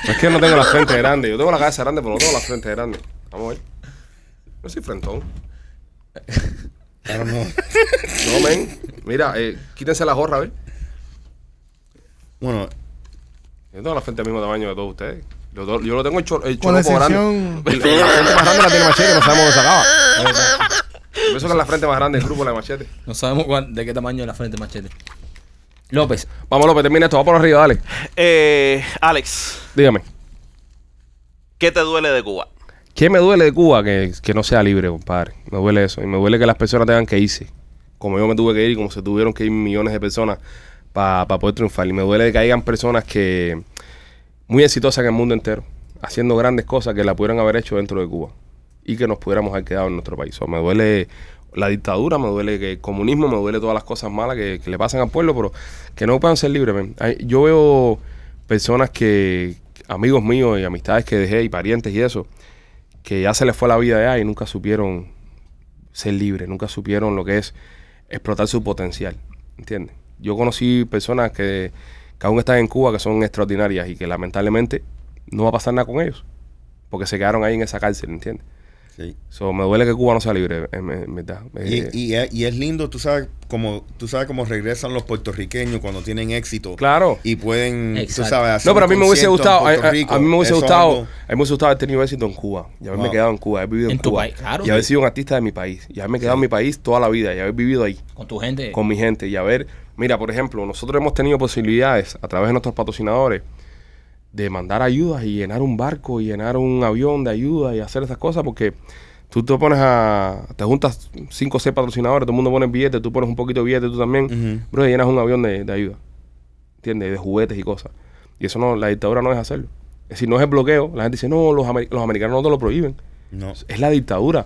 Es que no tengo la frente grande. Yo tengo la cabeza grande, pero no tengo la frente grande. Vamos a ver. Yo soy frentón.
I don't know.
No, men. Mira, eh, quítense la gorra, a ver.
bueno,
Yo tengo la frente del mismo tamaño de todos ustedes. Yo, to- yo lo tengo el, cho- el
Con la
choropo grande.
excepción.
La frente más grande la tiene Machete, no sabemos dónde sacaba. Por eso que es la frente más grande del grupo, la de Machete.
No sabemos cuán- de qué tamaño es la frente machete. López,
Vamos, López, termina esto. Va por arriba, dale.
Eh, Alex,
Dígame.
Eh, ¿Qué te duele de Cuba?
¿Qué me duele de Cuba? Que, que no sea libre, compadre. Me duele eso. Y me duele que las personas tengan que irse. Como yo me tuve que ir y como se tuvieron que ir millones de personas para poder triunfar. Y me duele que hayan personas que muy exitosas en el mundo entero, haciendo grandes cosas que la pudieran haber hecho dentro de Cuba y que nos pudiéramos haber quedado en nuestro país. O sea, me duele la dictadura, me duele que el comunismo, me duele todas las cosas malas que, que le pasan al pueblo, pero que no puedan ser libres. men. Ay, Yo veo personas que, amigos míos y amistades que dejé y parientes y eso, que ya se les fue la vida allá y nunca supieron ser libres, nunca supieron lo que es explotar su potencial, ¿entiendes? Yo conocí personas que, que aún están en Cuba que son extraordinarias y que lamentablemente no va a pasar nada con ellos, porque se quedaron ahí en esa cárcel, ¿entiendes?
Sí.
So, me duele que Cuba no sea libre, en, en verdad. Eh,
Y, y es- y es lindo, tú sabes, como, tú sabes cómo regresan los puertorriqueños cuando tienen éxito.
claro.
Y pueden,
Exacto.
tú sabes, hacer
No, pero a
un
mí me hubiese
concierto
gustado,
en
a,
Puerto
a- a
Rico.
mí me hubiese
Eso es
gustado, a
algo-
mí me hubiese gustado haber tenido éxito en Cuba, y haberme
Wow.
quedado en Cuba, haber vivido en,
En tu
Cuba,
país, claro.
y haber sido un artista de mi país, y haberme quedado en mi país toda la vida, y haber vivido ahí.
Con tu gente.
con mi gente y a ver, mira, por ejemplo, nosotros hemos tenido posibilidades a través de nuestros patrocinadores de mandar ayudas y llenar un barco y llenar un avión de ayuda y hacer esas cosas porque tú te pones a te juntas cinco o seis patrocinadores, todo el mundo pone billetes, tú pones un poquito de billete tú también,
Ujú.
bro, y llenas un avión de, de ayuda. ¿Entiendes? De juguetes y cosas. Y eso no la dictadura no es hacerlo. Es decir, no es el bloqueo, la gente dice, "No, los, amer- los americanos no te lo prohíben."
No.
Es la dictadura.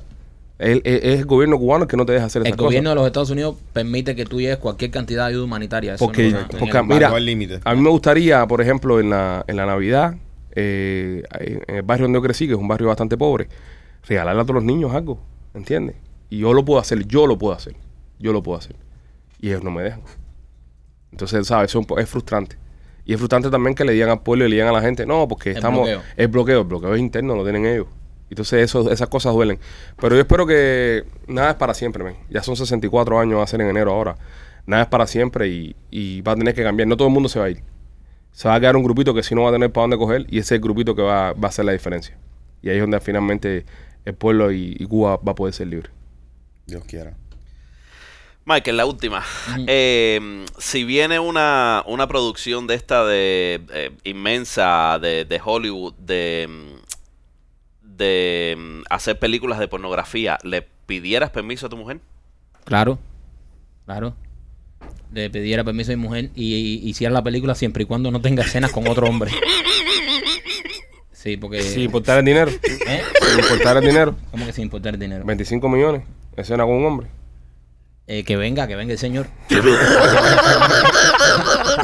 El- Es, es el gobierno cubano el que no te deja hacer esas
El
cosas.
gobierno de los Estados Unidos permite que tú lleves cualquier cantidad de ayuda humanitaria. Eso
Porque-
no está en
porque,
el-
mira,
Marcó el límite.
A mí me gustaría, por ejemplo, en la, en la Navidad, eh, en el barrio donde yo crecí, que es un barrio bastante pobre, regalarle a todos los niños algo, ¿entiendes? Y yo lo puedo hacer, yo lo puedo hacer, yo lo puedo hacer. Y ellos no me dejan. Entonces, ¿sabes? Eso es un po- es frustrante. Y es frustrante también que le digan al pueblo y le digan a la gente, no, porque
El
estamos...
bloqueo.
El bloqueo, el bloqueo es interno, lo tienen ellos. Entonces eso, esas cosas duelen. Pero yo espero que nada es para siempre, men. Ya son 64 años, va a ser en enero ahora. Nada es para siempre y, y va a tener que cambiar. No todo el mundo se va a ir. Se va a quedar un grupito que si no va a tener para dónde coger y ese es el grupito que va, va a hacer la diferencia. Y ahí es donde finalmente el pueblo y, y Cuba va a poder ser libre.
Dios quiera.
Michael, la última. Eh, si viene una, una producción de esta de eh, inmensa de, de Hollywood de, mm, de mm, hacer películas de pornografía, ¿le pidieras permiso a tu mujer?
Claro, claro. Le pidiera permiso a mi mujer y, y- hiciera la película siempre y cuando no tenga escenas con otro hombre. Sí, porque.
Sin importar el dinero.
¿eh?
Sin importar el dinero.
¿Cómo que sin importar el dinero?
25 millones. Escena con un hombre.
Eh, que venga, que venga el señor.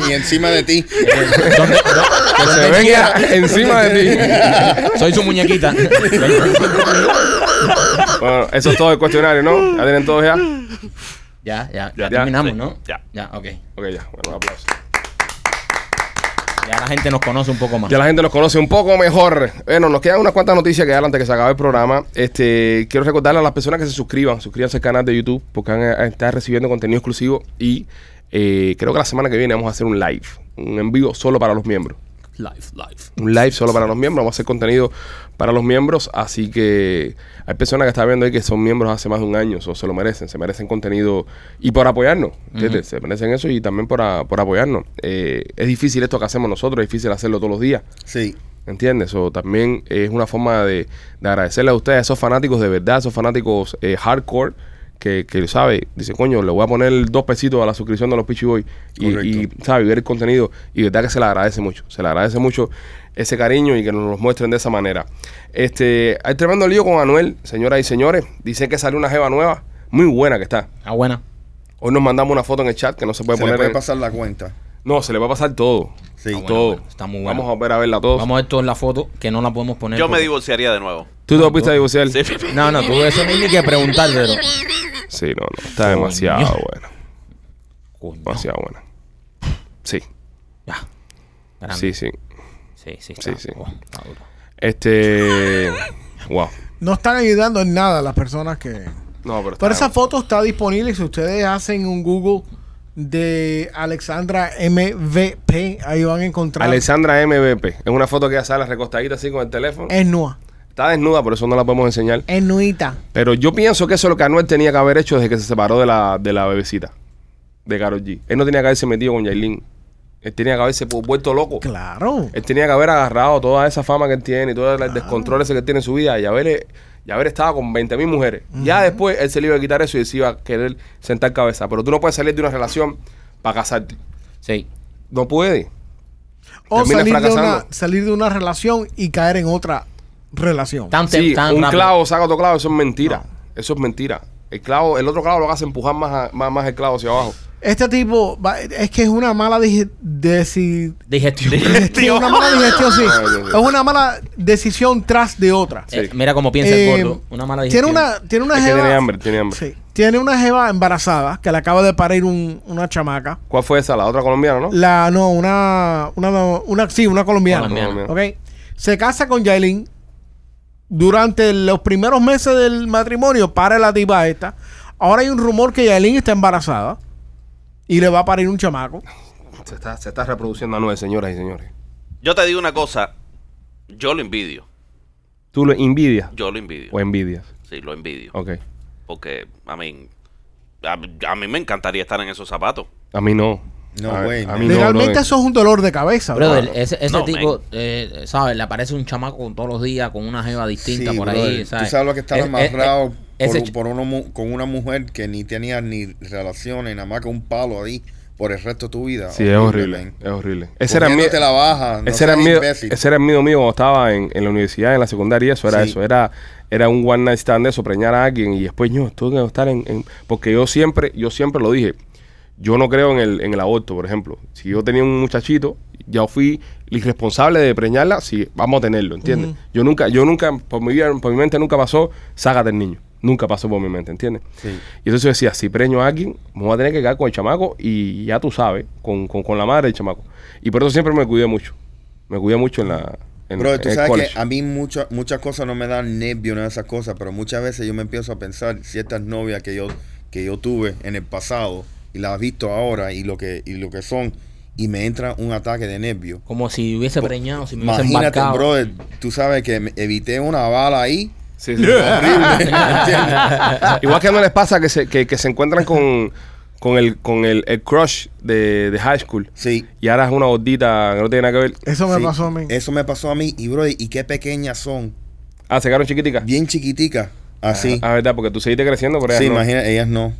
Y encima de ti.
¿Dónde- dó-
Que se venga encima de ti.
Soy su muñequita.
Bueno, eso es todo el cuestionario, ¿no? ¿Ya tienen todos ya?
ya, ya, ya
Ya,
terminamos,
sí,
¿no?
ya.
Ya, ok.
Ok, ya. Bueno, un aplauso.
Ya la gente nos conoce un poco más.
Ya la gente nos conoce un poco mejor. Bueno, nos quedan unas cuantas noticias que dar antes que se acabe el programa. Este, quiero recordarle a las personas que se suscriban, suscríbanse al canal de YouTube porque van a estar recibiendo contenido exclusivo y eh, creo que la semana que viene vamos a hacer un live, un envío solo para los miembros.
Life, life.
un live solo para los miembros. Vamos a hacer contenido para los miembros. Así que hay personas que están viendo ahí que son miembros hace más de un año. O se lo merecen. Se merecen contenido. Y por apoyarnos. ¿entiendes? Se merecen eso y también por, a- por apoyarnos. Eh, es difícil esto que hacemos nosotros. Es difícil hacerlo todos los días.
Sí.
¿Entiendes? O también es una forma de, de agradecerle a ustedes, a esos fanáticos de verdad, esos fanáticos eh, hardcore, que, que sabe, dice, coño, le voy a poner dos pesitos a la suscripción de los Pichi Boy y, y
Correcto.
sabe, ver el contenido. Y de verdad que se le agradece mucho, se le agradece mucho ese cariño y que nos lo muestren de esa manera. Este, hay tremendo lío con Anuel, señoras y señores. Dicen que salió una jeva nueva, muy buena que está.
Ah, buena.
Hoy nos mandamos una foto en el chat que no se puede
Se le
poner.
puede
en-
pasar la cuenta.
No, se le va a pasar todo.
Sí. Ah, bueno,
todo.
bueno, está muy buena.
Vamos a volver a verla todos.
Vamos a ver toda la foto que no la podemos poner.
Yo me
porque-
divorciaría de nuevo.
¿Tú te volviste a divorciar?
Sí.
No, no, tú eso no hay ni que preguntártelo.
Sí, no, no. Está
Coño.
demasiado buena.
Coño.
Demasiado buena. Sí,
Ya. Grande.
sí, sí.
Sí, sí,
Sí,
está,
sí.
oh, está duro.
Este. Wow.
No están ayudando en nada las personas que...
No, pero.
Pero
está-
esa foto está disponible si ustedes hacen un Google de Alexandra MVP, ahí van a encontrar.
Alexandra MVP. Es una foto que ella sale recostadita así con el teléfono.
es nua,
Está desnuda, por eso no la podemos enseñar.
es nuita.
Pero yo pienso que eso es lo que Anuel tenía que haber hecho desde que se separó de la, de la bebecita. De Karol G. Él no tenía que haberse metido con Yailin. Él tenía que haberse pu- vuelto loco.
Claro.
Él tenía que haber agarrado toda esa fama que él tiene y todo
Ah.
el descontrol ese que él tiene en su vida y haber, y haber estado con 20 mil mujeres. Ya después él se le iba a quitar eso y se iba a querer sentar cabeza. Pero tú no puedes salir de una relación para casarte.
Sí.
No puede.
O
termina
salir de, una,
fracasando.
salir de una relación y caer en otra relación.
Tan, tem-
Sí,
tan
un
rápido.
clavo saca otro clavo, eso es mentira. Eso es mentira. El clavo, el otro clavo lo que hace es empujar más, a- más, más el clavo hacia abajo.
Este tipo va- es que es una mala digi- deci-
Digestión.
sí, una mala digestión, sí.
Ay, Dios mío.
Es una mala decisión tras de otra.
Eh, mira cómo piensa
Eh,
el gordo. Una mala digestión.
Tiene una, tiene una
Es que
jeva.
tiene hambre, tiene hambre.
sí, tiene una jeva embarazada que le acaba de parir un- una chamaca.
¿Cuál fue esa? La otra colombiana, ¿no?
La, no, una, una, una, sí, una colombiana.
Colombiana.
Ok. Se casa con Yailin. Durante los primeros meses del matrimonio, para la tipa esta. Ahora hay un rumor que Yailin está embarazada. Y le va a parir un chamaco.
Se está, se está reproduciendo a nueve, señoras y señores.
Yo te digo una cosa, yo lo envidio,
¿Tú lo envidias?
yo lo envidio.
¿O envidias?
Sí, lo envidio.
Ok.
Porque, I mean, a mí, a, mí me encantaría estar en esos zapatos.
A mí no.
No,
a,
güey,
a
no.
mí no, eh.
Legalmente
brother.
eso es un dolor de cabeza.
Brother,
bro.
ese, ese
No,
tipo,
man.
eh, ¿sabes? Le aparece un chamaco con todos los días, con una jeva distinta
Sí,
por
brother.
ahí, ¿sabes?
Tú sabes lo que estaba
Es- es-
amarrado
es-
por,
e-, ese ch-
por una mu- con una mujer que ni tenía ni relaciones, nada más que un palo ahí por el resto de tu vida.
Sí, es horrible.
man.
Es horrible. Ese era el miedo.
Cogiéndote la baja. no
ese, era el
seas
miedo
imbécil.
ese era el miedo mío cuando estaba en, en la universidad, en la secundaria. Eso era
Sí.
eso. Era, era un one night stand de eso, preñar a alguien y después yo tuve que estar en, en- Porque yo siempre, yo siempre lo dije. Yo no creo en el, en el aborto, por ejemplo. Si yo tenía un muchachito, ya fui el irresponsable de preñarla, sí, vamos a tenerlo, ¿entiendes? Yo nunca, yo nunca, por mi vida, por mi mente nunca pasó, sácate el niño. Nunca pasó por mi mente, ¿entiendes?
Sí.
Y entonces yo decía, si preño a alguien, me voy a tener que quedar con el chamaco y ya tú sabes, con, con, con la madre del chamaco. Y por eso siempre me cuidé mucho. Me cuidé mucho en la... En,
Bro,
en
tú
el
sabes
college.
que a mí mucha- muchas cosas no me dan nervios, nada de esas cosas, pero muchas veces yo me empiezo a pensar ciertas novias que yo, que yo tuve en el pasado y las he visto ahora y lo que, y lo que son, y me entra un ataque de nervios.
Como si hubiese preñado, si me hubiese
Imagínate,
embarcado.
bro, tú sabes que me evité una bala ahí.
Sí, sí, sí. Igual que no les pasa que se, que, que se encuentran con, con el con el, el crush de, de high school
Sí.
y ahora es una gordita que no tiene nada que ver.
eso me
Sí,
pasó a mí.
Eso me pasó a mí. Y, bro, y qué pequeñas son.
Ah, se quedaron chiquiticas.
Bien chiquiticas. Así.
Ah, verdad, porque tú seguiste creciendo por ahí.
sí, imagina, ellas no.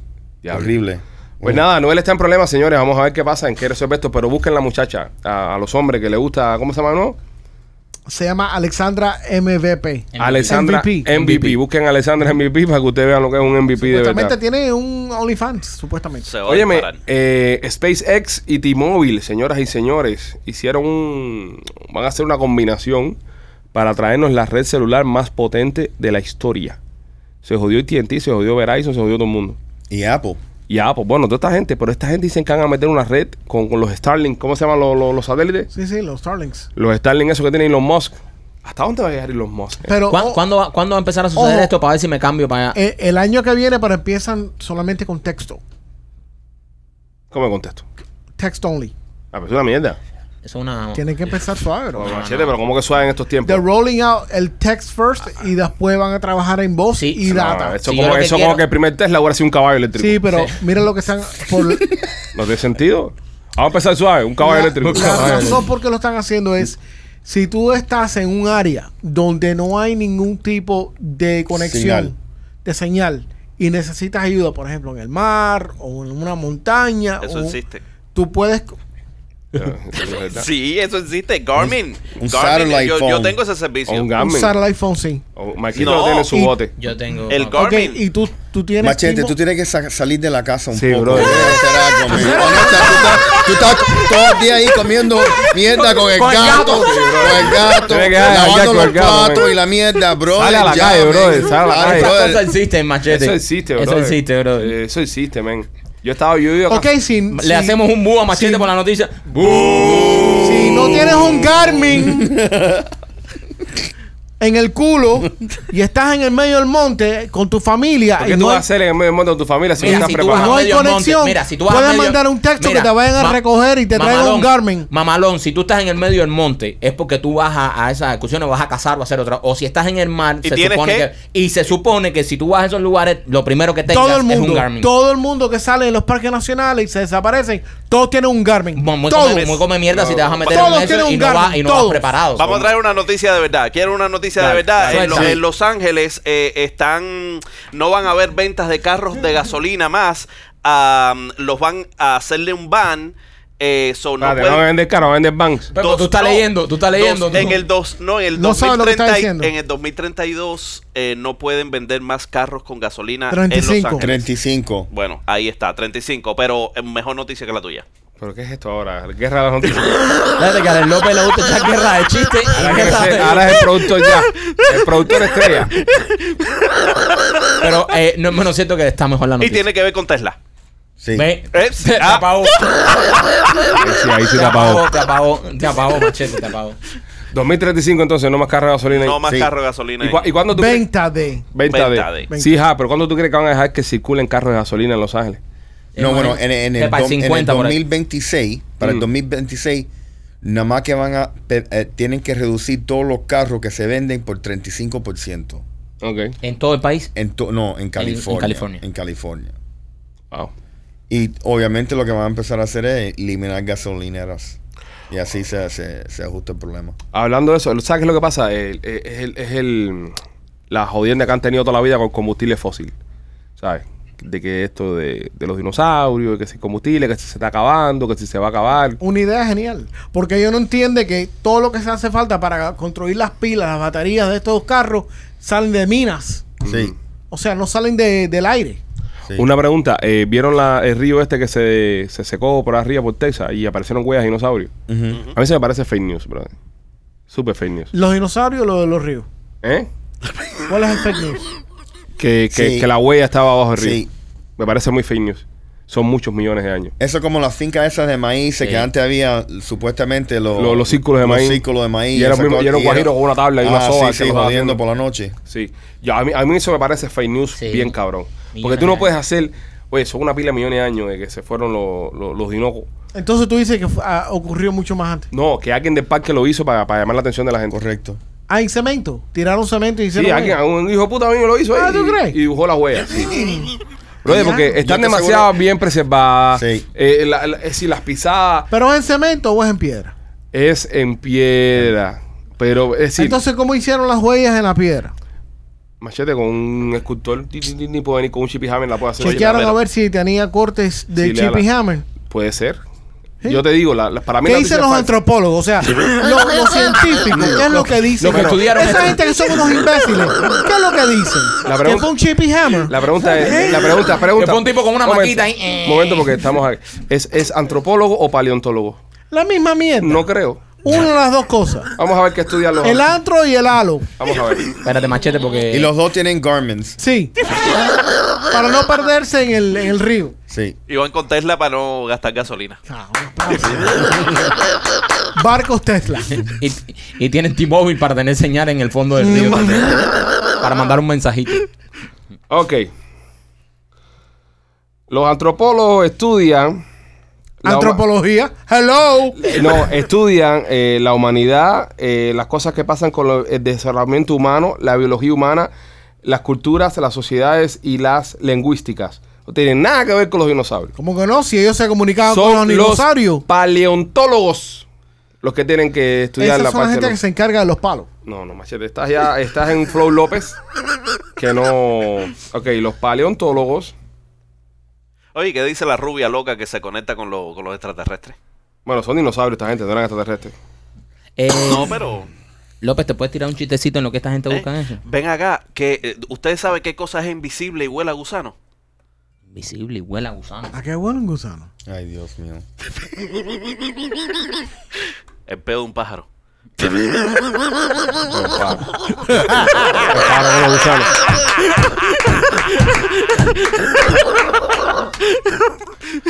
Diablo.
Horrible.
Pues
Oh.
nada, Noel está en problemas, señores. Vamos a ver qué pasa, en qué resuelve esto. Pero busquen la muchacha, a, a los hombres que le gusta, ¿cómo se llama, no?
Se llama Alexandra MVP.
MVP.
Alexandra MVP.
MVP.
Busquen a Alexandra MVP para que ustedes vean lo que es un MVP de
Supuestamente
verdad.
tiene un OnlyFans, supuestamente.
Se va a
Óyeme,
disparar.
eh, SpaceX y T-Mobile, señoras y señores, hicieron un. van a hacer una combinación para traernos la red celular más potente de la historia. Se jodió AT&T, se jodió Verizon, se jodió todo el mundo.
Y Apple.
Y Apple, bueno, toda esta gente, pero esta gente dicen que van a meter una red con, con los Starlink, ¿cómo se llaman los, los- los satélites?
Sí, sí, los Starlings.
Los Starlink, esos que tienen Elon Musk. ¿Hasta dónde va a llegar Elon Musk?
Pero
¿Cuán-
oh,
¿Cuándo, va- cuándo va a empezar a suceder
Ojo.
esto para ver si me cambio para allá?
eh, el año que viene, pero empiezan solamente con texto.
¿Cómo me contesto?
Text only.
Ah, pero es una mierda.
Eso es una...
Tienen que empezar suave, bro.
Pero, machete, pero ¿cómo que suave en estos tiempos?
They're rolling out el text first y después van a trabajar en voz
Sí.
y
No,
data.
Ah, eso
Si yo
como,
lo que
eso
quiero-
como que el primer Tesla hubiera sido un caballo eléctrico.
Sí, pero mira lo que están por
¿No tiene sentido? Vamos a empezar suave, un caballo eléctrico.
La razón por qué lo están haciendo es si tú estás en un área donde no hay ningún tipo de conexión,
Señal.
de señal, y necesitas ayuda, por ejemplo, en el mar o en una montaña,
Eso
o-
existe.
tú puedes...
Sí, eso existe. Garmin.
un
Garmin,
satellite
yo, yo
phone.
tengo ese servicio.
O un
Yo
Garmin.
usar el iPhone sí.
O Marquito
No.
lo tiene en su
Y-
bote.
Yo tengo... Ah,
El
Papá,
Ok,
Garmin.
y tú, tú tienes...
Machete,
timo-
tú tienes que sa- salir de la casa un
Sí,
poco.
brother.
Debes hacer algo, man. Honesta, tú estás, tú estás todo el día ahí comiendo mierda con el
Con el gato.
gato, con el gato,
Tienes que dejar de
lavando
janguear con
los
el gato,
platos
man.
y la mierda, bro.
Sale a la calle, brother, sale a la calle.
Eso existe, machete.
Eso existe, bro.
Eso existe, bro.
Eh,
Eso existe, men. Yo estaba yo iba acá.
Ok, si,
Le
si-
hacemos un búho a machete
Sí.
por la noticia.
si no tienes un Garmin... en el culo y estás en el medio del monte con tu familia.
¿Por
y
qué
no
tú vas
hay-
a hacer en el medio del monte de tu familia si no estás
si tú vas
preparado?
no
a
hay
medio monte,
conexión,
a
puedes
medio-
mandar un texto que te vayan a recoger y te traigan un Garmin.
Mamalón, si tú estás en el medio del monte, es porque tú vas a, a esas excursiones, vas a cazar o a hacer otra. O si estás en el mar,
¿Y tienes
supone
qué?
y se supone que si tú vas a esos lugares, lo primero que tengas
todo el
es un
mundo,
Garmin.
todo el mundo que sale de los parques nacionales y se desaparecen, todos tienen un Garmin.
Muy, muy
todos.
come, muy come mierda si te vas a meter
Todos
en eso
tienen
y
un
no,
Garmin,
vas- y no vas
todos.
preparado.
Vamos a traer una noticia de verdad. Quiero una noticia
Dale,
de verdad.
dale,
en, lo-
suelta.
en Los Ángeles eh, están, no van a haber ventas de carros de gasolina más. Am, los van a hacerle un ban. Eh, so no
Espérate,
pueden-
no van a vender caro, van a vender banks.
Pero
dos-
tú estás
no,
leyendo, tú estás leyendo.
dos-
tú.
en el dos, no, en el
No sabe lo que está
2030
diciendo.
en el 2032 eh, no pueden vender más carros con gasolina en
35.
Los Ángeles.
35.
Bueno, ahí está, 35, pero eh, mejor noticia que la tuya.
¿Pero qué es esto ahora? Guerra de las noticias.
Espérate que a Alex López le gusta echar guerra de chiste. y
Ahora,
guerra
que
de-
se- ahora es el productor ya. El productor estrella.
Pero eh, no es menos cierto que está mejor la
Y
noticia.
tiene que ver con Tesla.
Sí.
Ve,
Eh,
te
ah.
apagó.
Ahí sí, ahí sí
Te
te apagó.
apagó, te apagó, te apagó, machete, te apagó.
2035 entonces, no más carro de gasolina.
No más
Sí.
carros de gasolina.
¿Y, cua- y cuándo tú crees-
Venta de.
Venta
Venta
de.
de.
Sí, ja, pero ¿cuándo tú crees que van a dejar que circulen carros de gasolina en Los Ángeles?
No, bueno, en, en el,
Sepa,
dom- en el
50 por ahí.
2026, para
Mm.
el 2026, nada más que van a, pe- eh, tienen que reducir todos los carros que se venden por 35%.
Ok.
En todo el país.
En to- no, en California.
California.
en California.
Wow.
Y obviamente lo que van a empezar a hacer es eliminar gasolineras. Y así se, se, se ajusta el problema.
Hablando de eso, ¿sabes qué es lo que pasa? El- el- Es el, es el- la jodienda que han tenido toda la vida con combustible fósil. ¿Sabes? De que esto de, de los dinosaurios, que si combustible, que si se está acabando, que si se va a acabar.
Una idea genial. Porque ellos no entienden que todo lo que se hace falta para construir las pilas, las baterías de estos carros, salen de minas.
Sí.
O sea, no salen de- del aire.
sí.
Mm. Una pregunta, eh, ¿vieron la- el río este que se, se secó por arriba por Texas y aparecieron huellas de dinosaurios?
Ujú.
A mí se me parece fake news, brother. Super fake news.
Los dinosaurios, los de los ríos.
¿Eh?
¿Cuál es el fake news?
Que, que-
Sí.
que la huella estaba abajo del río.
Sí.
Me parece muy fake news. Son muchos millones de años.
Eso es como las fincas esas de maíz que antes había supuestamente los,
Los- los círculos de maíz.
Los círculos de maíz.
Y era
esas
mismo-
cosas,
y era un
y era-
guajiro con una tabla y una
Ah,
soga que
Sí,
lo
sí,
estaba
jodiendo
haciendo.
por la noche.
Sí. Yo, a, mí, a mí eso me parece fake news
Sí.
bien cabrón. Porque
Millones
tú no
de
puedes
años.
hacer... Oye, son una pila de millones de años de que se fueron los, los, los dinocos.
Entonces tú dices que fue- ah, ocurrió mucho más antes.
No, que alguien del parque lo hizo para, para llamar la atención de la gente.
Correcto.
Ah, en cemento. Tiraron cemento y hicieron.
Sí, alguien, un hijo de puta mío lo hizo ahí
Ah, ¿tú
y-
crees?
y, dibujó las huellas. Sí. Brother, porque están
Yo te
demasiado
aseguro-
bien preservadas.
Sí.
Eh, la- la- es decir, las pisadas
Pero es en cemento o es en piedra.
es en piedra. Pero es decir,
Entonces, ¿cómo hicieron las huellas en la piedra?
machete con un escultor ti, ti, ti, ni puede venir con un chippy hammer, la puede hacer.
Chequearon
Oye,
a ver si tenía cortes de
Sí, le da
Chippy
la-
Hammer.
Puede ser.
Sí.
Yo te digo, la, la- para mí
¿Qué
la noticia
dicen los
falsa.
antropólogos? O sea, los, los científicos, ¿qué es lo que dicen?
lo que estudiaron
Esa
esto.
gente que son unos imbéciles, ¿qué es lo que dicen?
La
que
pregunta-
fue un Chippy Hammer.
La pregunta
¿Eh?
es, la pregunta, pregunta.
Que fue un tipo con una
Momento,
maquita ahí, eh.
Momento, porque estamos aquí. ¿Es, ¿Es antropólogo o paleontólogo?
La misma mierda.
No creo.
Una de las dos cosas.
Vamos a ver qué estudian los.
El antro y el halo.
Vamos a ver.
Espérate, machete, porque.
Eh.
Y los dos tienen garments.
Sí. Para no perderse en el, en el río.
Sí.
Iban con Tesla para no gastar gasolina.
Barcos Tesla.
Y, y tienen T-Mobile para tener señal en el fondo del río. también, para mandar un mensajito.
Ok. Los antropólogos estudian. la huma-
Antropología. Hello.
No, estudian eh, la humanidad, eh, las cosas que pasan con lo- el desarrollo humano, la biología humana, las culturas, las sociedades y las lingüísticas. No tienen nada que ver con los dinosaurios.
¿Cómo que no? Si ellos se comunicaban Ah, con los
Son los
dinosaurios.
paleontólogos los que tienen que estudiar
Esas
la
son la
parte. de
gente que
los-
se encarga de los palos.
No, no, machete, estás ya, estás en Flow López, que no. Ok, los paleontólogos.
Oye, ¿qué dice la rubia loca que se conecta con, lo- con los extraterrestres?
Bueno, son dinosaurios esta gente, no eran extraterrestres.
Eh,
No, pero...
López, ¿te puedes tirar un chistecito en lo que esta gente
eh,
busca eso?
ven acá, que eh, ustedes saben qué cosa es invisible y huele a gusano.
Visible y huele a gusano.
¿A Ah, qué huele un gusano?
Ay, Dios mío.
El pedo de un pájaro.
Bueno, claro. Claro, con los gusanos.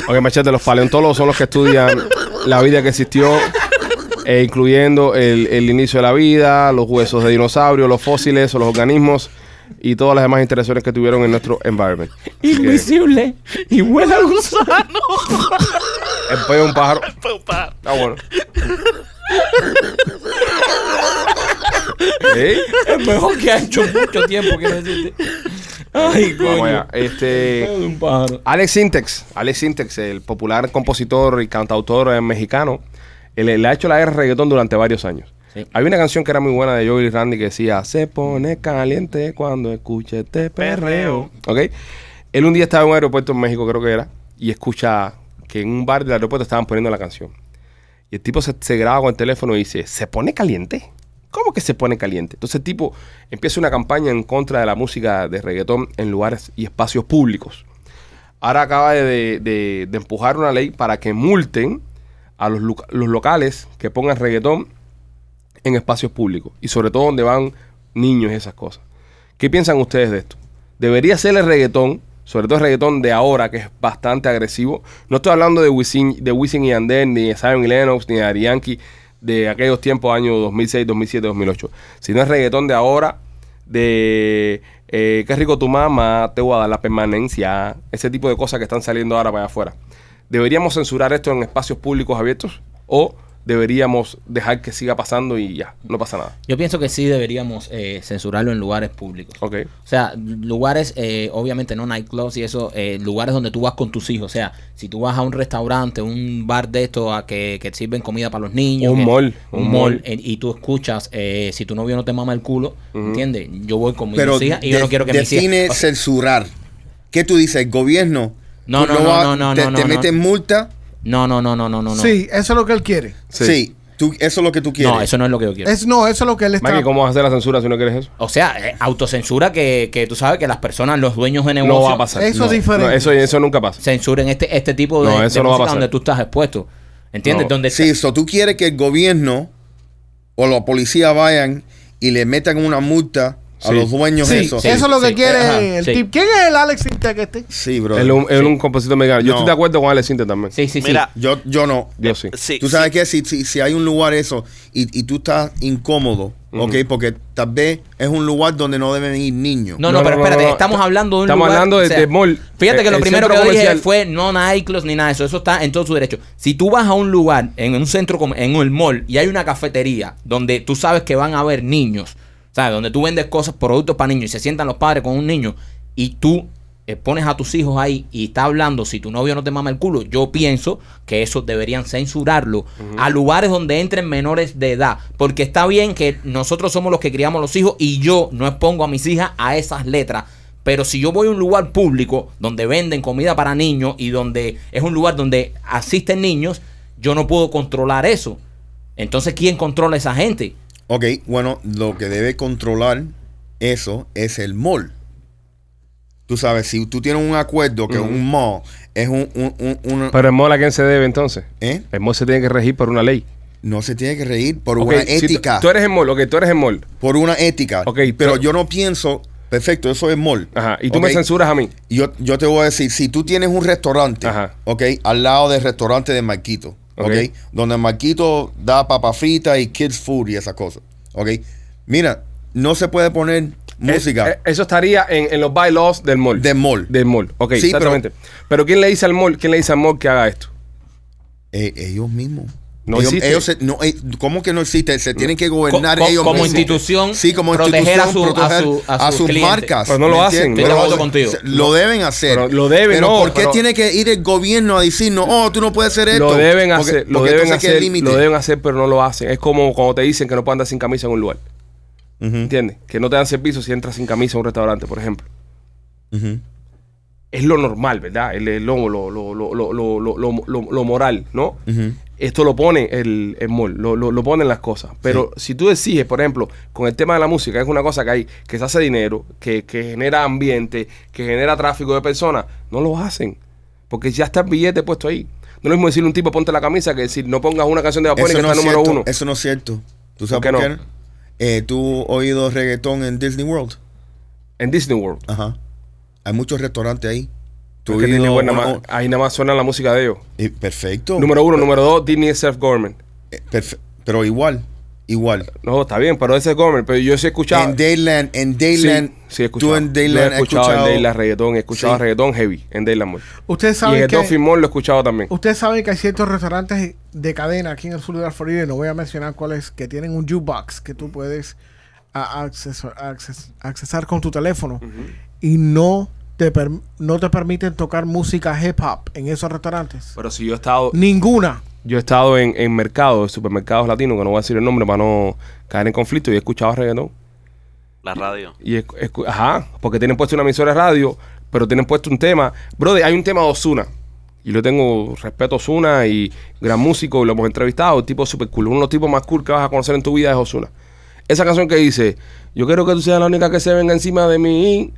Oye, machete, los paleontólogos son los que estudian la vida que existió eh, incluyendo el, el inicio de la vida, los huesos de dinosaurios, los fósiles o los organismos y todas las demás interacciones que tuvieron en nuestro environment. Así que,
Invisible y huele a gusano.
El peo de eh, un pájaro.
Pupa.
Ah, bueno. ¿Eh?
Es mejor que ha hecho mucho tiempo, quiero decirte. Ay, coño.
Vamos allá. Este.
Huele de un pájaro.
Alex Sintex, Alex Sintex, el popular compositor y cantautor eh, mexicano, él, le ha hecho la guerra al reggaetón durante varios años.
Sí.
Había una canción que era muy buena de Joey Randy que decía, se pone caliente cuando escucha este perreo. ¿Ok? Él un día estaba en un aeropuerto en México, creo que era, y escucha que en un bar del aeropuerto estaban poniendo la canción. Y el tipo se, se graba con el teléfono y dice, ¿se pone caliente? ¿Cómo que se pone caliente? Entonces el tipo empieza una campaña en contra de la música de reggaetón en lugares y espacios públicos. Ahora acaba de, de- de empujar una ley para que multen a los, lu- los locales que pongan reggaetón en espacios públicos y sobre todo donde van niños y esas cosas. ¿Qué piensan ustedes de esto? ¿Debería ser el reggaetón, sobre todo el reggaetón de ahora que es bastante agresivo? No estoy hablando de Wisin, de Wisin y Yandel, ni de Simon y Lennox, ni de Daddy Yankee de aquellos tiempos, años 2006, 2007, 2008, sino el reggaetón de ahora de eh, qué rico tu mamá, te voy a dar la permanencia, ese tipo de cosas que están saliendo ahora para allá afuera. ¿Deberíamos censurar esto en espacios públicos abiertos o deberíamos dejar que siga pasando y ya, no pasa nada?
Yo pienso que sí deberíamos eh, censurarlo en lugares públicos.
Ok.
O sea, lugares, eh, obviamente no nightclubs y eso, eh, lugares donde tú vas con tus hijos. O sea, si tú vas a un restaurante, un bar de estos a que, que sirven comida para los niños.
Un
que-
mall,
Un,
un
mall.
mall.
eh, y tú escuchas, eh, si tu novio no te mama el culo, ¿entiendes? Yo voy con mis
Pero
dos hijas y yo no
de-
quiero que mis
define
hijas...
censurar. ¿Qué tú dices? ¿El gobierno?
No,
tú
no, no,
vas-
no, no,
te,
no,
te
no.
meten multa?
No, no, no, no, no, no. no.
Sí, eso es lo que él quiere.
Sí.
Sí. Tú, eso es lo que tú quieres.
No, eso no es lo que yo quiero.
Es, no, eso es lo que él está...
Mikey, ¿cómo vas a hacer la censura si no quieres eso?
O sea, eh, autocensura que, que tú sabes que las personas, los dueños de negocio...
No va a pasar.
Eso
No,
es diferente.
no, eso, eso nunca pasa.
Censuren este, este tipo de,
No,
de
eso no va a
música
pasar.
donde tú estás expuesto. ¿Entiendes?
No.
Donde
Sí, eso tú quieres que el gobierno o la policía vayan y le metan una multa a
Sí.
los dueños
Sí,
de
eso,
eso.
es lo que
sí,
quiere
ajá,
el
sí.
tipo. ¿Quién es el Alex Sintek este?
Sí, bro.
Él es un, él es un compositor mexicano. Yo
No.
estoy de acuerdo con Alex Sinter también.
Sí, sí, sí.
Mira,
Yo, yo no.
Yo sí.
sí,
tú sabes que si, si, si hay un lugar eso y, y tú estás incómodo, ¿ok? Porque tal vez es un lugar donde no deben ir niños.
No, no,
No,
pero
no, no,
espérate,
no, no.
estamos hablando de un
Estamos
lugar,
hablando de- de mall.
Fíjate que
Eh,
lo
el
primero que
centro
yo dije
comercial.
fue no nightclubs ni nada de eso. Eso está en todo su derecho. Si tú vas a un lugar, en un centro, com- en el mall, y hay una cafetería donde tú sabes que van a haber niños, ¿sabes? Donde tú vendes cosas, productos para niños y se sientan los padres con un niño y tú eh, pones a tus hijos ahí y está hablando si tu novio no te mama el culo, yo pienso que eso deberían censurarlo a lugares donde entren menores de edad, porque está bien que nosotros somos los que criamos los hijos y yo no expongo a mis hijas a esas letras, pero si yo voy a un lugar público donde venden comida para niños y donde es un lugar donde asisten niños, yo no puedo controlar eso. Entonces, ¿quién controla a esa gente?
Ok, bueno, lo que debe controlar eso es el mall. Tú sabes, si tú tienes un acuerdo que un mall es un... un- un- un-
Pero el mall a quién se debe entonces?
¿eh?
El mall se tiene que regir por una ley.
No se tiene que reír por
Ok,
una
si tú-
ética.
tú eres el mall, ok, tú eres el mall.
Por una ética.
Ok,
pero
pero-
yo no pienso... Perfecto, eso es mall.
Ajá. Y tú me
Ok,
censuras a mí.
Yo, yo te voy a decir, si tú tienes un restaurante,
Ajá.
¿ok? Al lado del restaurante de Marquito, ¿ok?
Ok.
Donde Marquito da papa frita y kids food y esas cosas, ¿ok? Mira, no se puede poner música
Eh, eh, eso estaría en, en los bylaws del mall.
de mall.
Del mall. Ok,
Sí, pero-
exactamente. Pero, ¿quién le dice al mall, quién le dice al mall que haga esto?
Eh, ellos mismos.
No
ellos,
existe.
ellos se- no, eh, ¿Cómo que no existe? Se tienen que gobernar
Co- co-
ellos
como
mismos.
institución,
Sí, como
proteger a su-
institución, proteger
a su- a
a
sus
sus
clientes.
marcas.
Pero no lo
¿me
hacen,
entiendes?
yo
Pero
lo voto
contigo.
se- Lo deben hacer.
Pero lo deben,
Pero
no,
¿por qué
pero-
tiene que ir el gobierno a decir, no, oh, tú no puedes hacer esto?
Lo deben
Porque-
hacer, lo
porque
deben
entonces, ¿qué
hacer,
límite?
lo deben hacer, pero no lo hacen. Es como cuando te dicen que no puedes andar sin camisa en un lugar. ¿Entiendes? Que no te dan servicio si entras sin camisa a un restaurante, por ejemplo.
Ujú.
Es lo normal, ¿verdad? El, el- lo, lo, lo, lo, lo, lo, lo- lo- lo- lo moral, ¿no?
Ujú.
Esto lo pone el, el mall, lo, lo- lo ponen las cosas. Pero si tú exiges, por ejemplo, con el tema de la música, es una cosa que hay, que se hace dinero, que, que genera ambiente, que genera tráfico de personas, no lo hacen. Porque ya está el billete puesto ahí. No es lo mismo decirle a un tipo ponte la camisa que decir no pongas una canción de Bad Bunny
Eso
que
no, es
está número
cierto,
uno.
eso no es cierto. ¿Tú sabes
¿Por
por
qué
qué?
no?
Eh, ¿Tú has oído reggaetón en Disney World?
En Disney World.
Ajá. Hay muchos restaurantes ahí. ¿Tú
Porque
has
Disney
oído
World nada
uno-
más- ahí nada más suena la música de ellos.
Eh, perfecto.
Número uno, número dos, Disney Self Government.
Eh, perfe- Pero igual, igual.
No, está bien, pero ese es Gomer. Pero yo sí he escuchado.
En Dayland, en
Sí,
Dayland,
sí, he
tú
escuchado.
en
Yo he
Dayland has
escuchado,
escuchado.
en Dayland reggaetón. He escuchado
Sí.
reggaetón heavy en Dayland Mall.
Ustedes
Y en
saben
el Dolphin
que...
Mall lo he escuchado también.
Ustedes saben que hay ciertos restaurantes de cadena aquí en el sur de la Florida, y no voy a mencionar cuáles, que tienen un jukebox que tú puedes a- acceso- acces- accesar con tu teléfono y no te, per- no te permiten tocar música hip hop en esos restaurantes.
Pero si yo he estado,
Ninguna.
yo he estado en, en mercados, supermercados latinos, que no voy a decir el nombre para no caer en conflicto, y he escuchado reggaetón.
La radio.
Y escu- escu- ajá, porque tienen puesto una emisora de radio, pero tienen puesto un tema. Brother, hay un tema de Osuna. Y yo tengo respeto a Osuna y gran músico, y lo hemos entrevistado, el tipo super cool. Uno de los tipos más cool que vas a conocer en tu vida es Osuna. Esa canción que dice, yo quiero que tú seas la única que se venga encima de mí.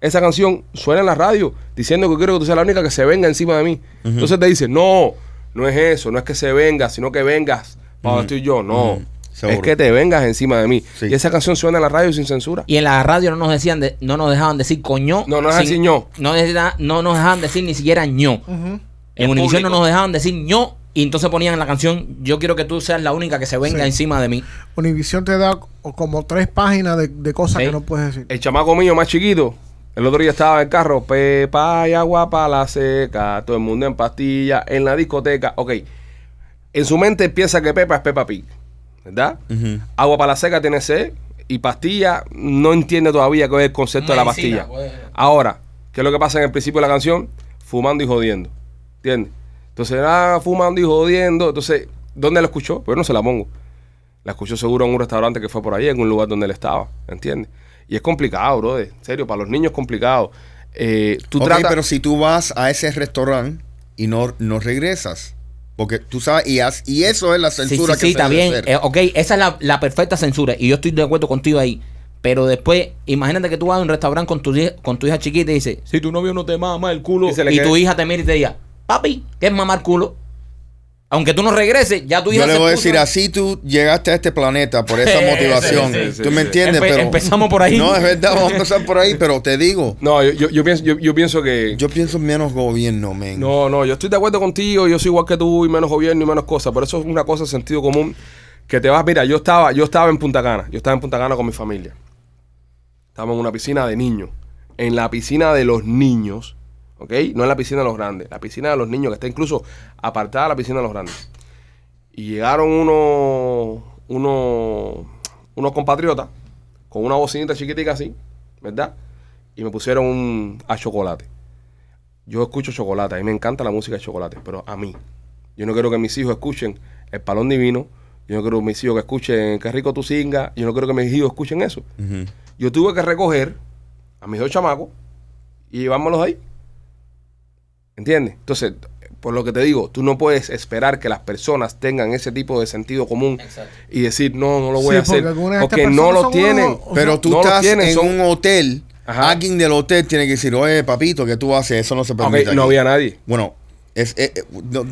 Esa canción suena en la radio diciendo que quiero que tú seas la única que se venga encima de mí. Entonces te dice, no, no es eso, no es que se venga, sino que vengas para donde estoy yo. No,
Ujú,
es
seguro.
que te vengas encima de mí.
Sí.
Y esa canción suena en la radio sin censura.
Y en la radio no nos decían de- no nos dejaban decir coño.
No, no es así, ño.
No, decía- no nos dejaban decir ni siquiera ño. En
En
Univision no
público.
nos dejaban decir ño. Y entonces ponían la canción Yo quiero que tú seas la única que se venga
Sí.
encima de mí.
Univisión te da co- como tres páginas de, de cosas
Sí.
que no puedes decir.
El chamaco mío más chiquito, el otro día estaba en el carro, pepa y agua para la seca, todo el mundo en pastilla, en la discoteca. Ok, en su mente piensa que Pepa es Pepa Pig, ¿verdad?
Ujú.
Agua para la seca tiene C y pastilla no entiende todavía qué es el concepto de
Medicina,
la pastilla.
pues.
Ahora, ¿qué es lo que pasa en el principio de la canción? Fumando y jodiendo, ¿entiendes? Entonces, ah, fumando y jodiendo. Entonces, ¿dónde la escuchó? Pues no se la pongo. La escuchó seguro en un restaurante que fue por ahí, en un lugar donde él estaba, ¿entiendes? Y es complicado, bro, en serio, para los niños es complicado. Eh, tú
Ok,
tratas-
pero si tú vas a ese restaurante y no, no regresas, porque tú sabes, y, has- y eso es la
Sí, sí,
censura que
sí,
se
está
debe
bien.
hacer.
Eh, ok, esa es la, la perfecta censura. Y yo estoy de acuerdo contigo ahí. Pero después, imagínate que tú vas a un restaurante con tu, die- con tu hija chiquita y dices, si tu novio no te mama el culo,
Y se le
y,
quede-
tu hija te mira y te diga, papi, ¿qué es mamar culo? Aunque tú no regreses, ya tu hija
Yo le
se
voy a
puso-
decir, así tú llegaste a este planeta por esa
Sí,
motivación.
sí, sí,
¿Tú
sí.
me entiendes?
Empe-
pero,
empezamos por ahí.
No, es verdad, vamos a empezar por ahí, pero te digo,
No, yo, yo- yo pienso, yo, yo pienso que...
yo pienso menos gobierno, men.
No, no, yo estoy de acuerdo contigo, yo soy igual que tú y menos gobierno y menos cosas, pero eso es una cosa de sentido común que te vas, mira, yo estaba, yo estaba en Punta Cana, yo estaba en Punta Cana con mi familia. Estábamos en una piscina de niños, en la piscina de los niños, ¿ok? No en la piscina de los grandes, la piscina de los niños que está incluso apartada de la piscina de los grandes. Y llegaron unos, unos, unos compatriotas con una bocinita chiquitica así, ¿verdad? Y me pusieron un, a chocolate. Yo escucho chocolate, a mí me encanta la música de chocolate, pero a mí. Yo no quiero que mis hijos escuchen El Palón Divino, yo no quiero que mis hijos que escuchen Qué rico tu singa, yo no quiero que mis hijos escuchen eso.
Ujú.
Yo tuve que recoger a mis dos chamacos y llevármelos ahí. ¿Entiendes? Entonces, por lo que te digo, tú no puedes esperar que las personas tengan ese tipo de sentido común y decir, no, no lo voy
Sí,
a hacer.
porque algunas de estas
Porque no
personas
lo
son
tienen.
unos-
Pero tú
No lo
estás
tienen,
en
son-
un hotel,
Ajá.
alguien del hotel tiene que decir, oye, papito, que tú haces? Eso no se
Ok,
permite.
no
aquí".
había nadie.
Bueno, es, eh, eh, no, no,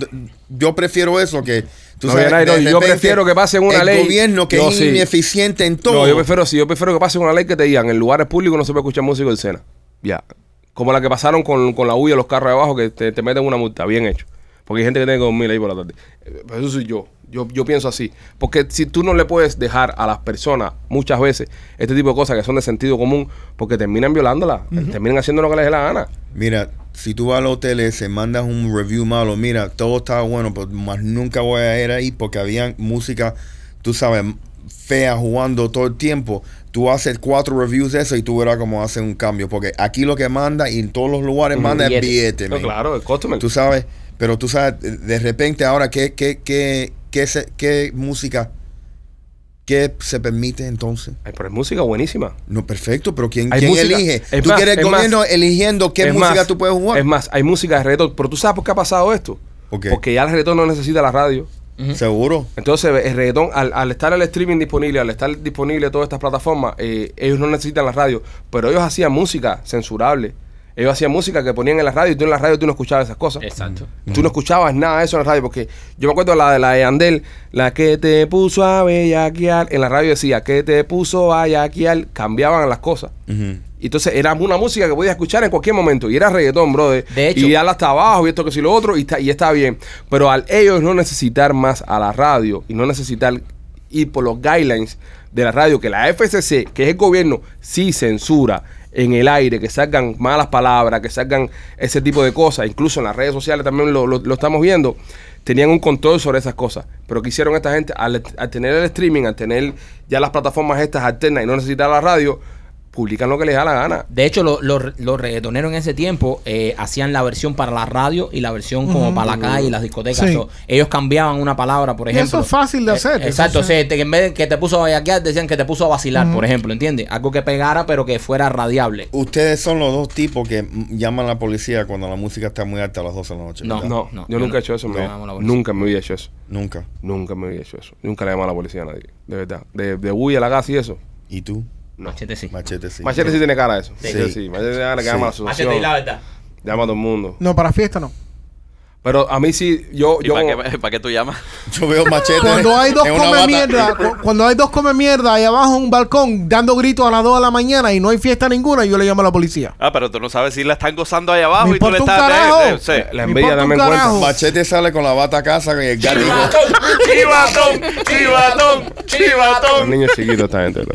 yo prefiero eso que. Tú
No, yo no,
de
yo prefiero que pasen una
el
ley.
gobierno que
Yo
es
sí.
ineficiente en todo.
No, yo prefiero, sí, yo prefiero que pase una ley que te digan, en lugares públicos no se puede escuchar música del Sena. Ya. Como la que pasaron con, con la huya, los carros de abajo, que te, te meten una multa. Bien hecho. Porque hay gente que tiene que dormir ahí por la tarde. Eh, Pero eso soy yo. yo. Yo pienso así. Porque si tú no le puedes dejar a las personas muchas veces este tipo de cosas que son de sentido común, porque terminan violándola, eh, terminan haciendo lo que les dé la gana.
Mira, si tú vas al hotel ese, mandas un review malo, mira, todo estaba bueno, pero más nunca voy a ir ahí porque había música, tú sabes, fea jugando todo el tiempo. Tú haces cuatro reviews de eso y tú verás cómo hacen un cambio. Porque aquí lo que manda y en todos los lugares manda es billete.
No,
man.
Pues claro, el customer.
Este, Tú sabes, pero tú sabes, de repente ahora, ¿qué, qué, qué, qué, se- qué música? ¿Qué se permite entonces?
Ay, pero es música buenísima.
No, perfecto, pero ¿quién,
Hay
quién
música-
elige?
es
tú
más,
quieres el
es más,
gobierno eligiendo qué
Es
música
más,
tú puedes jugar.
Es más, hay música de reggaetón. Pero tú sabes por qué ha pasado esto.
¿Por qué?
Porque ya el reggaetón no necesita la radio.
Seguro.
Entonces, eh, el reggaetón, al, al estar el streaming disponible, al estar disponible todas estas plataformas, eh, ellos no necesitan la radio, pero ellos hacían música censurable. Ellos hacían música que ponían en la radio y tú en la radio tú no escuchabas esas cosas.
Exacto.
Tú no escuchabas nada de eso en la radio, porque yo me acuerdo la de la de Andel, la que te puso a bellaquear. En la radio decía que te puso a bellaquear, cambiaban las cosas.
Ujú.
Y Entonces era una música que podías escuchar en cualquier momento. Y era reggaetón, brother.
De hecho-
y darla hasta abajo y esto que si lo otro. Y está, y está bien. Pero al ellos no necesitar más a la radio y no necesitar ir por los guidelines de la radio, que la FCC, que es el gobierno, sí censura en el aire, que salgan malas palabras, que salgan ese tipo de cosas. Incluso en las redes sociales también lo, lo- lo estamos viendo. Tenían un control sobre esas cosas. Pero que hicieron esta gente al, al tener el streaming, al tener ya las plataformas estas alternas y no necesitar la radio, publican lo que les da la gana.
De hecho, lo- lo- los reggaetoneros en ese tiempo eh, hacían la versión para la radio y la versión como
Ujú.
para la calle y las discotecas.
Sí.
So, ellos cambiaban una palabra, por
Y eso
ejemplo.
es fácil de
Eh,
hacer, eso
exacto.
es-
o sea, te- que en vez de que te puso a vayaquear, decían que te puso a vacilar, por ejemplo, ¿entiendes? Algo que pegara, pero que fuera radiable.
Ustedes son los dos tipos que mm, llaman a la policía cuando la música está muy alta a las 12 de la noche.
No.
¿verdad?
No,
no,
yo
no,
nunca he hecho eso.
no,
me-
vamos a la policía.
nunca me había hecho eso.
Nunca.
Nunca me había hecho eso. Nunca le llamado a la policía a nadie. De verdad. De, de bulla a la gas y eso.
¿Y tú?
No.
Machete sí.
Machete sí.
Machete sí tiene cara de eso.
Sí.
Sí, sí. Machete tiene cara que
Sí.
llama a la
Machete y la
asociación.
verdad.
Llama a todo el mundo.
No, para fiesta no.
Pero a mí sí, yo...
¿Y
yo
para
como-
qué, para qué tú llamas?
Yo veo machete.
Cuando hay dos
en una
come
bata-
mierda, cu- cuando hay dos come mierda ahí abajo en un balcón dando gritos a las 2 de la mañana y no hay fiesta ninguna, yo le llamo a la policía.
Ah, pero tú no sabes si la están gozando ahí abajo
Me
y tú le
importa
estás...
un
de-
carajo.
de- sí.
Eh, la
Me
envidia
importa un
también cuenta.
carajo.
Machete sale con la bata a casa con el gato.
Chivatón, chivatón,
Los
chivatón.
niños chiquitos esta gente. ¿no?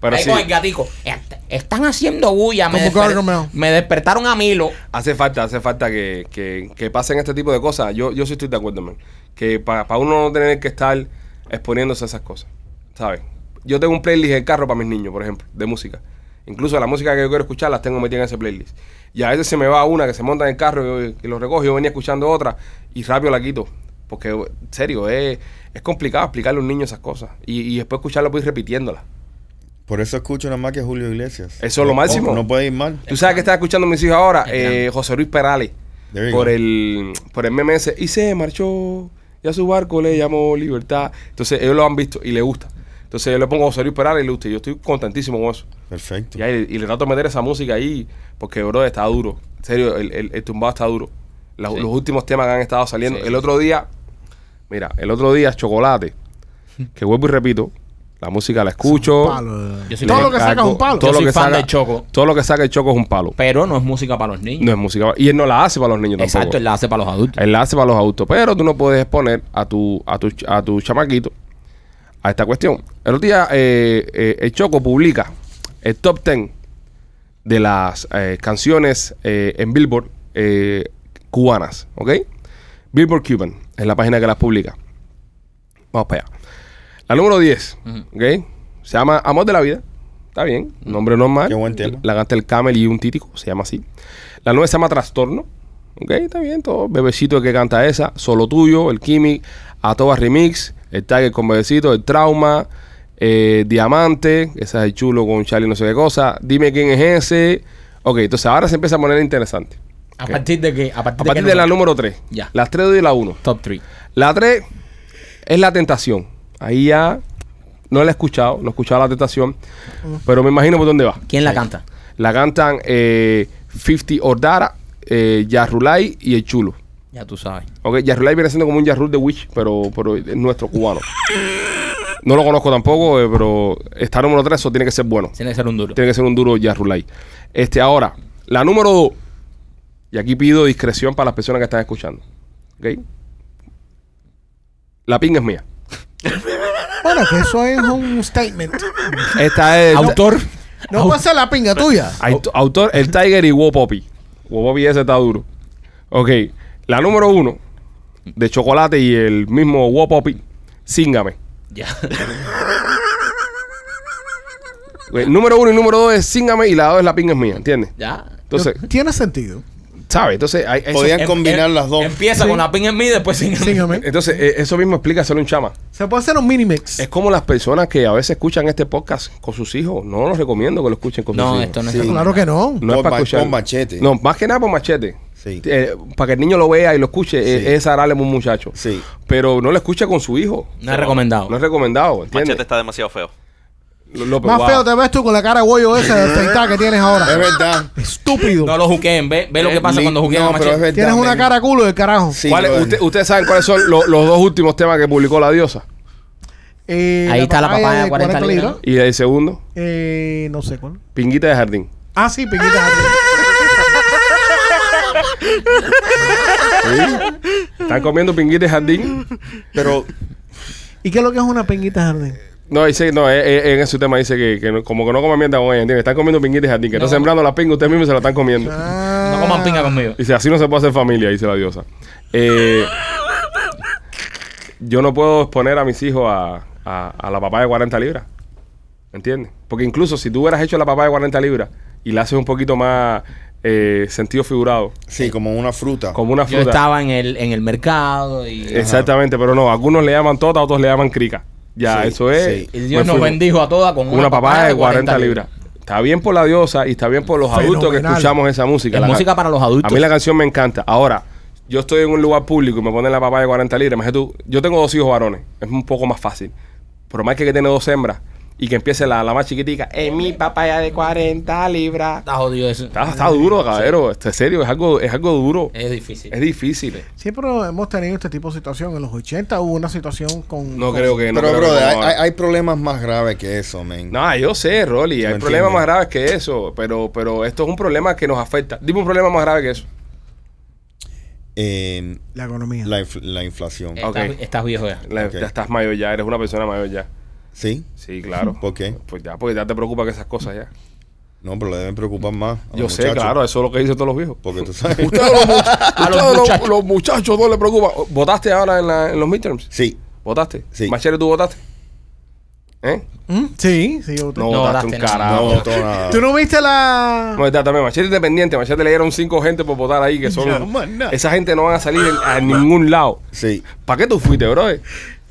Pero
Ahí
sí,
con el gatico. Est- Están haciendo bulla. Me,
Como
desper-
Gargamel.
me despertaron a Milo.
hace falta, hace falta que, que, que pasen este tipo de cosas. Yo, yo sí estoy de acuerdo, man. Que para uno no tener que estar exponiéndose a esas cosas. ¿Sabes? Yo tengo un playlist en carro para mis niños, por ejemplo, de música. Incluso la música que yo quiero escuchar las tengo metida en ese playlist. Y a veces se me va una que se monta en el carro y, y lo recoge. Yo venía escuchando otra y rápido la quito. Porque, en serio, es, es complicado explicarle a un niño esas cosas. Y, y después escucharlo, pues ir repitiéndolas.
Por eso escucho nada más que Julio Iglesias.
Eso es lo
No,
máximo.
No puede ir mal.
Tú sabes que estaba escuchando a mis hijos ahora,
Es grande.
Eh, José Luis Perales,
There you
por
go.
el, por el meme ese, y se marchó, y a su barco le llamó Libertad. Entonces ellos lo han visto y le gusta. Entonces yo le pongo José Luis Perales y le gusta, y yo estoy contentísimo con eso.
Perfecto.
Y, ahí- y le trato de meter esa música ahí, porque bro, está duro. En serio, el, el- el tumbado está duro. La- Los últimos temas que han estado saliendo.
Sí,
el
sí,
otro día, mira, el otro día, Chocolate, que vuelvo y repito, la música la escucho.
Hmm. Palo.
Yo soy
Todo
fan-
lo que saca es un palo.
Todo
Yo
lo
soy
que
fan
saca-
del Choco.
Todo lo que saca el choco es un palo.
Pero no es música para los niños.
No es música. Y él no la hace para los niños tampoco.
Exacto, él la hace para los adultos.
Él la hace para los autos. Pero tú no puedes exponer a tu, a tu, ch- a tu chamaquito a esta cuestión. El otro día, eh, eh, el Choco publica el top 10 de las eh, canciones eh, en Billboard eh, cubanas. ¿Ok? Billboard Cuban es la página que las publica. Vamos para allá. La número 10, ¿ok? Se llama Amor de la Vida. Está bien, nombre normal.
Qué buen tema.
La canta el Camel y un títico, se llama así. La nueve se llama Trastorno. Ok, está bien, todo. Bebecito que canta esa, Solo Tuyo, el Kimi, A Todas Remix, el Tiger con Bebecito, el Trauma, eh, Diamante, esa es el chulo con Charlie no sé qué cosa, Dime quién es ese. Ok, entonces ahora se empieza a poner interesante.
A
Ok.
partir de que. A partir,
A partir
que
de la número 3.
Ya.
Las 3 y la 1.
Top 3.
La 3 es la tentación. Ahí ya no la he escuchado, no he escuchado la tentación, pero me imagino por dónde va.
¿Quién la canta?
La cantan eh, 50 Ordara, eh, Yarrulay y El Chulo.
Ya tú sabes.
Ok, Yarrulay viene siendo como un Yarrul de Witch, pero, pero es nuestro cubano. No lo conozco tampoco, eh, pero está número 3, eso tiene que ser bueno.
Tiene que ser un duro.
Tiene que ser un duro Yarrulay. Este, ahora, la número 2. Y aquí pido discreción para las personas que están escuchando. ¿Ok? La pinga es mía.
Bueno, que eso es un statement.
Esta es.
Autor.
No puede ser la pinga tuya.
Aut- autor, el Tiger y Wopopi. Wopopi ese está duro. Ok, la número uno de chocolate y el mismo Wopopi, Síngame.
Ya.
Ok, Número uno y número dos es Síngame y la dos es la pinga es mía, ¿entiendes?
Ya.
Entonces,
Tiene sentido.
¿sabes? Entonces, hay- eso,
Podían
Em-
combinar
em-
las dos.
Empieza con la pin en mí, después sin en mí.
Sígame.
entonces eh, eso mismo explica solo un chama.
Se puede hacer un mini mix.
Es como las personas que a veces escuchan este podcast con sus hijos. No los recomiendo que lo escuchen con sus
No,
hijos.
esto no es.
Sí.
Claro que no.
No es
Por
para
ma-
escuchar.
por machete.
No, más que nada por machete.
Sí.
Eh, para que el niño lo vea y lo escuche, eh,
Sí.
es agradable a un muchacho.
Sí.
Pero no lo escucha con su hijo.
No es recomendado.
No es recomendado, ¿entiendes?
Machete está demasiado feo.
López,
Más
wow.
feo te ves tú con la cara de bollo esa de afeitar que tienes
Es
ahora.
verdad.
Estúpido.
No lo juqueen, ve, ve lo que pasa
Ni-
cuando juquean
no,
a
pero es
Machete.
verdad.
Tienes una
nene.
cara culo del carajo.
Sí,
¿Cuál es-
brother.
usted- Ustedes saben cuáles son lo- los dos últimos temas que publicó la diosa.
Eh,
Ahí está la papaya de 40 libras.
Y el segundo,
Eh, no sé cuál.
Pinguita de Jardín.
Ah, sí, Piquita.
¿Sí? Están comiendo Pinguita de Jardín.
Pero
¿Y qué es lo que es una pinguita jardín?
No, dice, no, eh, eh, en ese tema dice que, que no- como que no coman mierda con ella, ¿entiendes? Están comiendo pinguita de jardín, que están sembrando la pinga, ustedes mismos se la están comiendo.
Ah,
No coman pinga conmigo.
Dice, así no se puede hacer familia, dice la diosa. Eh, yo no puedo exponer a mis hijos a, a- a la papá de 40 libras. ¿Entiendes? Porque incluso si tú hubieras hecho la papá de 40 libras y la haces un poquito más eh, sentido figurado,
sí, como una fruta.
como una
Yo
fruta.
estaba en el, en el mercado y...
Exactamente, pero no, algunos le llaman tota, otros le llaman crica. Ya,
Sí,
eso es.
sí.
Y
Me
Dios nos
fui.
bendijo a todas con
Una, papaya de 40 libras. Está bien por la diosa y está bien por los adultos que
Fenomenal.
escuchamos esa música.
Es
La
música
can-
para los adultos.
A mí la canción me encanta. Ahora, yo estoy en un lugar público y me ponen la papaya de 40 libras. Imagínate tú, yo tengo dos hijos varones. Es un poco más fácil. Pero más que que tiene dos hembras y que empiece la, la más chiquitica. Es mi papaya de 40 libras.
Está jodido eso.
Está, está duro, caballero. Este, serio, es algo, es algo duro.
Eh.
Es difícil.
Es difícil.
Siempre hemos tenido este tipo de situación. En los 80 hubo una situación con.
No
con-
creo que... No
pero,
creo que
brother, hay,
como
hay-
ahora.
hay problemas más graves que eso, man.
No, yo sé, Rolly. Hay
me
problemas
entiendes?
más graves que eso. Pero, pero esto es un problema que nos afecta. Dime un problema más grave que eso.
Eh,
La economía.
la, inf- la inflación.
Estás,
Ok.
estás viejo ya.
La-
Ok.
Ya estás mayor ya, eres una persona mayor ya.
¿Sí?
Sí, claro.
¿Por qué?
Pues ya, porque ya te preocupa que esas cosas ya.
No, pero le deben preocupar más. a
Yo
los
sé,
muchachos.
claro, eso es lo que dicen todos los viejos.
Porque tú sabes.
Ustedes los, much- ustedes los-
muchachos.
los muchachos no les preocupa. ¿Votaste ahora en, la- en los midterms?
sí.
¿Votaste?
Sí.
Machete, ¿tú votaste? ¿Eh?
¿Mm? Sí, sí, yo-
No,
No
votaste un
votaste, no.
carajo.
No
No,
votó nada.
¿Tú no viste la.?
está también. Machete independiente. Machete le dieron cinco gente por votar ahí que son...
Ya, man, no.
Esa gente no van a salir en- a ningún lado.
Sí.
¿Para qué tú fuiste, bro?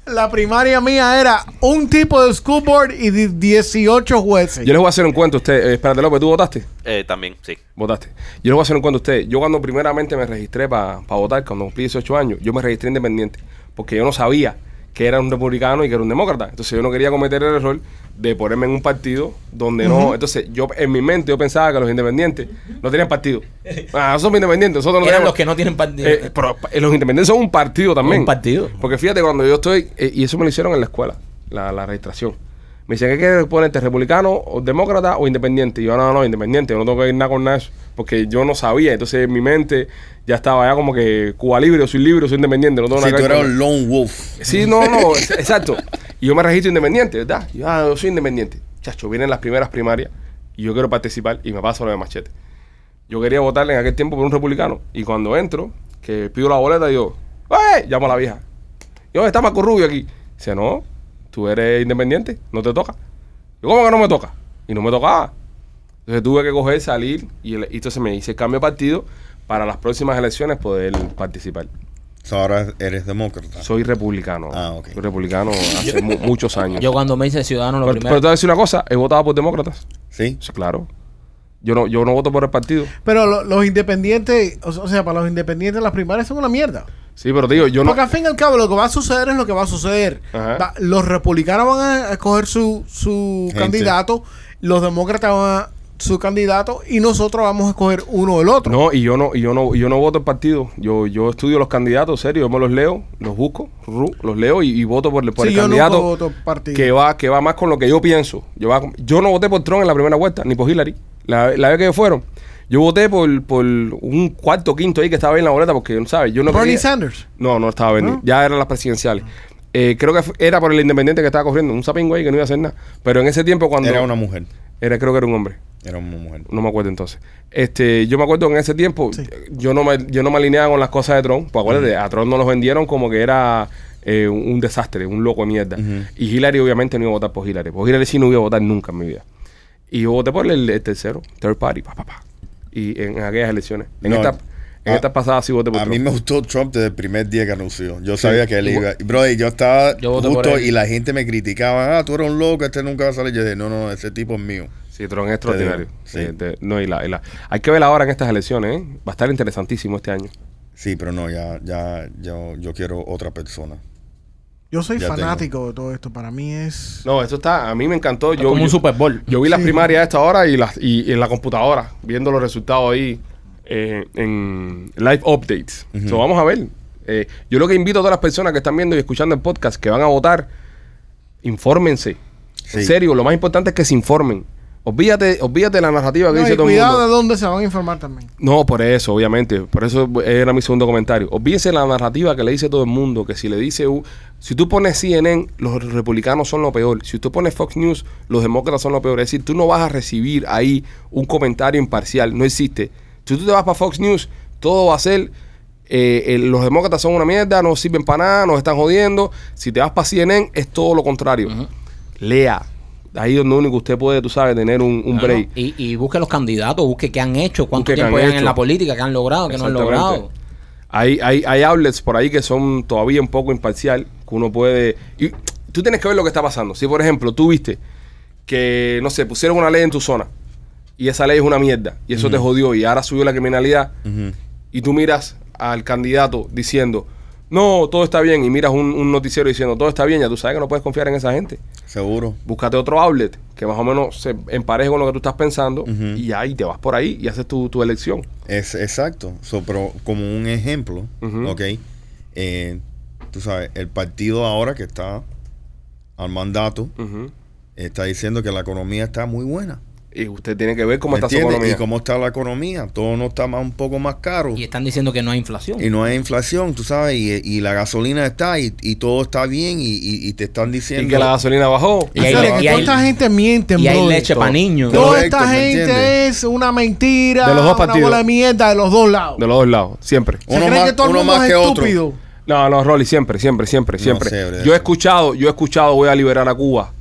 La primaria mía era un tipo de school board y di- 18 jueces.
Yo les voy a hacer un cuento a ustedes. Eh, espérate, López, ¿tú votaste?
Eh, también, sí.
Votaste. Yo les voy a hacer un cuento a ustedes. Yo cuando primeramente me registré para votar, cuando cumplí 18 años, yo me registré independiente. Porque yo no sabía que era un republicano y que era un demócrata. Entonces yo no quería cometer el error de ponerme en un partido donde no. Entonces yo en mi mente yo pensaba que los independientes no tenían partido. Ah, somos independientes, nosotros no
Eran
tenemos-
los que no tienen partido.
Eh, pero eh, los independientes son un partido también.
Un partido.
Porque fíjate, cuando yo estoy, eh, y eso me lo hicieron en la escuela, la, la registración. Me dicen, ¿qué quieres ponerte? ¿Republicano, o demócrata o independiente? Y yo, no, no, independiente, yo no tengo que ir nada con nada de eso. Porque yo no sabía, entonces en mi mente ya estaba ya como que Cuba libre, yo soy libre, yo soy independiente, no tengo
Si
nada
tú
que ver
eras
con
un lone wolf.
Sí, no, no, es- exacto. Y yo me registro independiente, ¿verdad? Yo, ah, yo soy independiente. Chacho, vienen las primeras primarias y yo quiero participar y me paso lo de machete. Yo quería votar en aquel tiempo por un republicano y cuando entro, que pido la boleta, yo, ¡eh! Llamo a la vieja. Yo, está Marco Rubio aquí. Dice, no, tú eres independiente, no te toca. Yo, ¿cómo que no me toca? Y no me tocaba. Entonces tuve que coger, salir y, el- y entonces me hice el cambio de partido para las próximas elecciones poder participar.
So, ahora eres demócrata.
Soy republicano.
Ah, ok.
Soy republicano hace mu- muchos años.
Yo cuando me hice ciudadano, lo
pero, pero te
primero...
voy a decir una cosa, he votado por demócratas.
¿Sí?
Sí, claro. Yo no, yo no voto por el partido.
Pero lo- los independientes, o, sea- o sea, para los independientes las primarias son una mierda.
Sí, pero te digo, yo no.
Porque al fin y al cabo lo que va a suceder es lo que va a suceder.
Ajá.
Va- los republicanos van a escoger su, su
Gente.
candidato, los demócratas van a su candidato y nosotros vamos a escoger uno o el otro.
No, y yo no, y yo no, y yo no voto el partido. Yo, yo estudio los candidatos, serio, yo me los leo, los busco, ru, los leo y, y voto por, el- por
Sí,
el
yo nunca
candidato
voto partido.
que va, que va más con lo que yo pienso. Yo, va con- yo no voté por Trump en la primera vuelta, ni por Hillary. La, la vez que fueron, yo voté por, por un cuarto, quinto ahí que estaba ahí en la boleta, porque sabes, yo no
Bernie
quería-
Sanders.
No, no estaba Bernie.
Ah.
¿No?
Ya eran las presidenciales. Eh, creo que fu- era por el independiente que estaba corriendo. Un sapingo ahí que no iba a hacer nada. Pero en ese tiempo cuando...
Era una mujer.
Era, creo que era un hombre.
Era una mujer.
No me acuerdo entonces. Este, yo me acuerdo en ese tiempo,
Sí.
yo no me, yo no me alineaba con las cosas de Trump. Pues acuérdate, a Trump no los vendieron como que era eh, un, un desastre, un loco de mierda.
Ujú.
Y Hillary obviamente no iba a votar por Hillary. Por Hillary sí no iba a votar nunca en mi vida. Y yo voté por el, el tercero, third party, pa, pa, pa. Y en aquellas elecciones. En
No,
esta- en
a-
estas pasadas sí voté por
A
Trump.
mí me gustó Trump desde el primer día que anunció. Yo sabía que él iba. Bro, y yo estaba
Yo voté por
justo
él.
y la gente me criticaba. Ah, tú eres un loco, este nunca va a salir. Yo dije, no, no, ese tipo es mío.
Sí, Tron es extraordinario.
digo, sí.
Eh, te- no, y la, y la- hay que ver ahora en estas elecciones, ¿eh? Va a estar interesantísimo este año.
Sí, pero no, ya, ya, yo, yo quiero otra persona.
Yo soy
Ya tengo.
fanático de todo esto. Para mí es.
No, esto está, a mí me encantó. Yo,
como
yo,
un Super Bowl.
yo vi las
Sí.
primarias a esta hora y, las, y, y en la computadora, viendo los resultados ahí eh, en live updates. So, vamos a ver. Eh, yo lo que invito a todas las personas que están viendo y escuchando el podcast que van a votar, infórmense. En
Sí.
serio, lo más importante es que se informen. Olvídate, olvídate de la narrativa que
No,
dice
y
todo el
cuidado
mundo.
de dónde se van a informar también.
No, por eso, obviamente. Por eso era mi segundo comentario. Olvídense la narrativa que le dice todo el mundo, que si le dice... u- Si tú pones CNN, los republicanos son lo peor. Si tú pones Fox News, los demócratas son lo peor. Es decir, tú no vas a recibir ahí un comentario imparcial. No existe. Si tú te vas para Fox News, todo va a ser... eh, eh, los demócratas son una mierda, no sirven para nada, nos están jodiendo. Si te vas para CNN, es todo lo contrario. Lea. Ahí es donde único usted puede, tú sabes, tener un, un
No, no.
break.
Y, y busque los candidatos, busque qué han hecho, cuánto
Busque qué
tiempo
han
llevan en
hecho.
la política, qué han logrado, qué no han
Exactamente.
logrado.
Hay, hay, hay outlets por ahí que son todavía un poco imparcial, que uno puede... Y tú tienes que ver lo que está pasando. Si, por ejemplo, tú viste que, no sé, pusieron una ley en tu zona y esa ley es una mierda y eso te jodió y ahora subió la criminalidad
Ujú.
y tú miras al candidato diciendo, no, todo está bien y miras un, un noticiero diciendo, todo está bien, ya tú sabes que no puedes confiar en esa gente.
Seguro.
Búscate otro outlet que más o menos se empareje con lo que tú estás pensando
Ujú.
y ahí te vas por ahí y haces tu, tu elección.
Es, exacto. So, pero como un ejemplo,
Ujú.
¿ok? Eh, tú sabes, el partido ahora que está al mandato
Ujú.
está diciendo que la economía está muy buena.
Y usted tiene que ver cómo
¿Me
está su
entiendes?
economía.
Y cómo está la economía. Todo no está más, un poco más caro.
Y
Y,
están diciendo que no hay inflación.
no hay inflación, tú sabes. Y, y la gasolina está y, y todo está bien. Y, y- y te están diciendo.
Y que la gasolina bajó.
Y hay-
Señores,
y
que
hay-
toda esta gente miente,
y hay
brother.
leche para niños.
No.
Toda
Correcto,
esta
¿me
gente
entiendes?
es una mentira.
De los dos
Una
partidos.
bola de mierda de los dos lados.
De los dos lados, siempre.
¿Se
Uno
creen
más-
que todo el
uno
mundo
más
es
que otro.
estúpido?
No, no, Rolly, siempre, siempre, siempre, siempre.
sé, brother.
yo he escuchado, yo he escuchado, voy a liberar a Cuba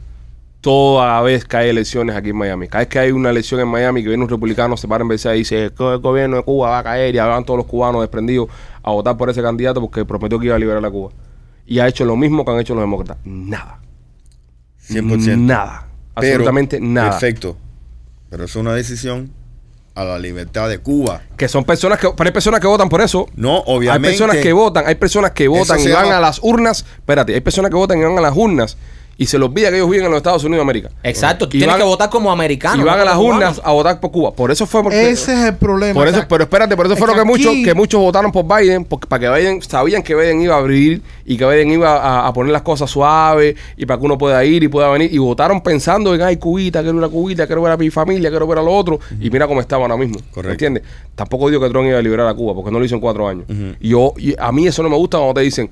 toda vez que hay elecciones aquí en Miami. Cada vez que hay una elección en Miami que viene un republicano, se para en vez y dice que el gobierno de Cuba va a caer y van todos los cubanos desprendidos a votar por ese candidato porque prometió que iba a liberar a Cuba. Y ha hecho lo mismo que han hecho los demócratas. Nada.
100%.
Nada.
Pero,
absolutamente nada.
Perfecto. Pero es una decisión a la libertad de Cuba.
Que son personas que, pero hay personas que votan por eso.
No, obviamente.
Hay personas que votan, hay personas que votan
Eso
y
se
van
llama-
a las urnas. Espérate, hay personas que votan y van a las urnas y se los olvida que ellos viven en los Estados Unidos de América.
Exacto, tú
Y
tienes
van-
que votar como americano.
y van
no
a las
como
urnas
cubano.
a votar por Cuba. Por eso fue porque.
Ese es el problema.
por eso,
Exacto.
pero espérate, por eso
es
fueron
que
que muchos,
aquí-
que muchos votaron por Biden, porque para que Biden, sabían que Biden iba a abrir y que Biden iba a, a poner las cosas suaves y para que uno pueda ir y pueda venir. Y votaron pensando en ay cubita, quiero una cubita, quiero ver a mi familia, quiero ver a lo otro. Y mira cómo estaba ahora mismo.
Correcto.
¿Entiendes? Tampoco digo que Trump iba a liberar a Cuba, porque no lo hizo en cuatro años.
Ujú.
Y yo, y a mí eso no me gusta cuando te dicen,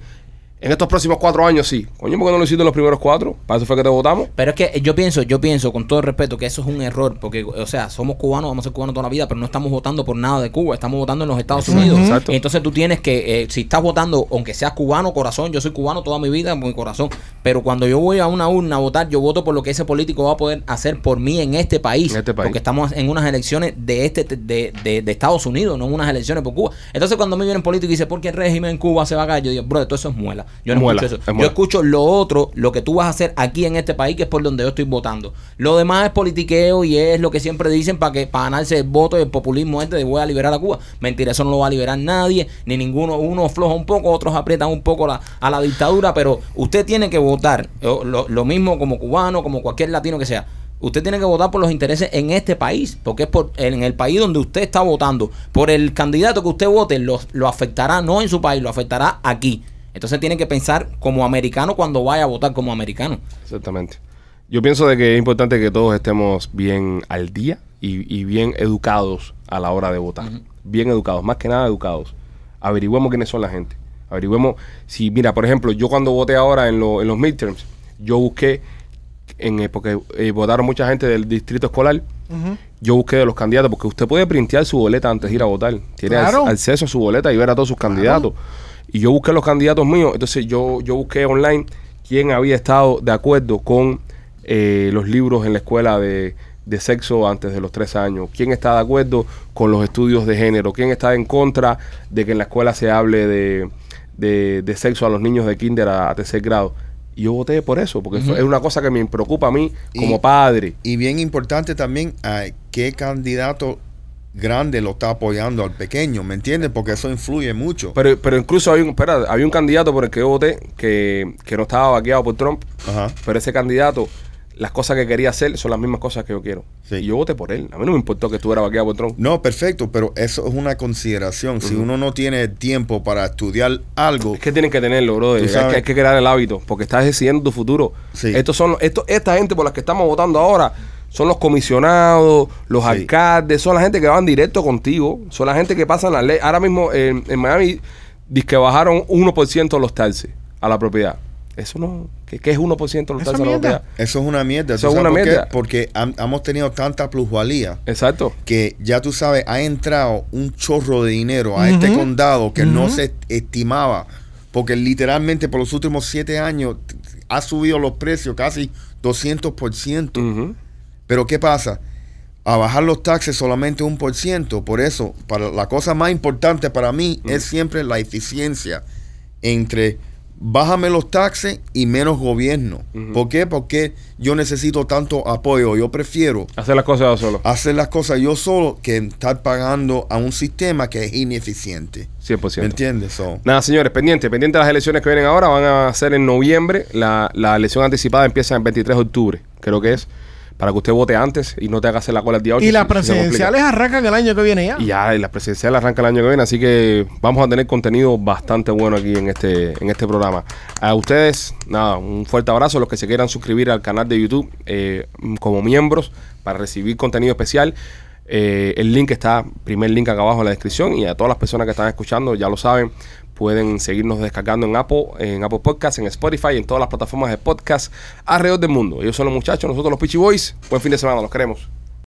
en estos próximos cuatro años sí. Coño, ¿por qué no lo hiciste en los primeros cuatro? Para eso fue que te votamos.
Pero es que yo pienso, yo pienso con todo el respeto que eso es un error, porque, o sea, somos cubanos, vamos a ser cubanos toda la vida, pero no estamos votando por nada de Cuba, estamos votando en los Estados
Exacto,
Unidos.
exacto.
Entonces tú tienes que, eh, si estás votando, aunque seas cubano, corazón, yo soy cubano toda mi vida, mi corazón, pero cuando yo voy a una urna a votar, yo voto por lo que ese político va a poder hacer por mí en este país,
En este país.
porque estamos en unas elecciones de este de, de- de Estados Unidos, no en unas elecciones por Cuba. Entonces cuando me vienen políticos y dicen, ¿por qué el régimen en Cuba se va a caer? Yo digo, bro, todo eso es muela. Yo no
Muela,
escucho
es
eso. Yo
muela.
escucho lo otro, lo que tú vas a hacer aquí en este país, que es por donde yo estoy votando. Lo demás es politiqueo y es lo que siempre dicen para que para ganarse el voto y el populismo este de voy a liberar a Cuba. Mentira, eso no lo va a liberar nadie, ni ninguno. Uno afloja un poco, otros aprietan un poco la- a la dictadura, pero usted tiene que votar. Lo, lo- lo mismo como cubano, como cualquier latino que sea. Usted tiene que votar por los intereses en este país, porque es por, en el país donde usted está votando. Por el candidato que usted vote, lo, lo afectará no en su país, lo afectará aquí. Entonces tiene que pensar como americano cuando vaya a votar como americano.
Exactamente. Yo pienso de que es importante que todos estemos bien al día y, y bien educados a la hora de votar. Bien educados, más que nada educados. Averigüemos quiénes son la gente. Averigüemos si, mira, por ejemplo, yo cuando voté ahora en, lo- en los midterms, yo busqué, en, eh, porque eh, votaron mucha gente del distrito escolar,
Ujú.
yo busqué de los candidatos, porque usted puede printear su boleta antes de ir a votar. Tiene ac-
Claro.
acceso a su boleta y ver a todos sus candidatos. Y yo busqué los candidatos míos, entonces yo, yo busqué online quién había estado de acuerdo con eh, los libros en la escuela de, de sexo antes de los tres años, quién está de acuerdo con los estudios de género, quién está en contra de que en la escuela se hable de, de- de sexo a los niños de kinder a, a tercer grado. Y yo voté por eso, porque eso es una cosa que me preocupa a mí como
Y-
padre.
Y bien importante también a qué candidato grande lo está apoyando al pequeño, ¿me entiendes? Porque eso influye mucho.
Pero, pero incluso hay un, espera, había un candidato por el que yo voté que, que no estaba vaqueado por Trump,
Ajá.
pero ese candidato, las cosas que quería hacer son las mismas cosas que yo quiero.
Sí.
Y yo voté por él. A mí no me importó que estuviera vaqueado por Trump.
No, perfecto, pero eso es una consideración. Si uno no tiene tiempo para estudiar algo,
Es que tienen que tenerlo, bro.
Tú
Hay que,
sabes.
hay que crear el hábito, porque estás decidiendo tu futuro.
Sí.
Estos son, estos, esta gente por la que estamos votando ahora son los comisionados, los
Sí.
alcaldes, son la gente que van directo contigo, son la gente que pasan las leyes. Ahora mismo en, en Miami dice que bajaron 1% los taxes a la propiedad. Eso no, ¿qué, qué es 1% los
Esa
taxes a la
mierda.
propiedad?
eso es una mierda.
Eso
¿Tú
es una
sabes por qué?
mierda.
Porque han- hemos tenido tanta plusvalía
Exacto.
que ya tú sabes, ha entrado un chorro de dinero a este
Ujú.
condado que no
Ujú.
se estimaba. Porque literalmente por los últimos siete años t- ha subido los precios casi 200%.
Ujú.
Pero ¿qué pasa? A bajar los taxes solamente un por ciento. Por eso, para la cosa más importante para mí es siempre la eficiencia entre bájame los taxes y menos gobierno. ¿Por qué? Porque yo necesito tanto apoyo. Yo prefiero
Hacer las cosas yo solo.
hacer las cosas yo solo que estar pagando a un sistema que es ineficiente.
100%.
¿Me entiendes? So,
Nada, señores, pendiente, pendiente de las elecciones que vienen ahora, van a ser en noviembre, la, la elección anticipada empieza el 23 de octubre, creo que es, para que usted vote antes y no te haga hacer la cola el día 8.
Y
si-
las
si se complica.
presidenciales arrancan el año que viene ya.
Y ya, y la presidencial arranca el año que viene, así que vamos a tener contenido bastante bueno aquí en este, en este programa. A ustedes, nada, un fuerte abrazo. Los que se quieran suscribir al canal de YouTube eh, como miembros para recibir contenido especial. eh, el link está, primer link acá abajo en la descripción. Y a todas las personas que están escuchando, ya lo saben, pueden seguirnos descargando en Apple, en Apple Podcast, en Spotify, en todas las plataformas de podcast alrededor del mundo. Ellos son los muchachos, nosotros los Peachy Boys. Buen fin de semana, los queremos.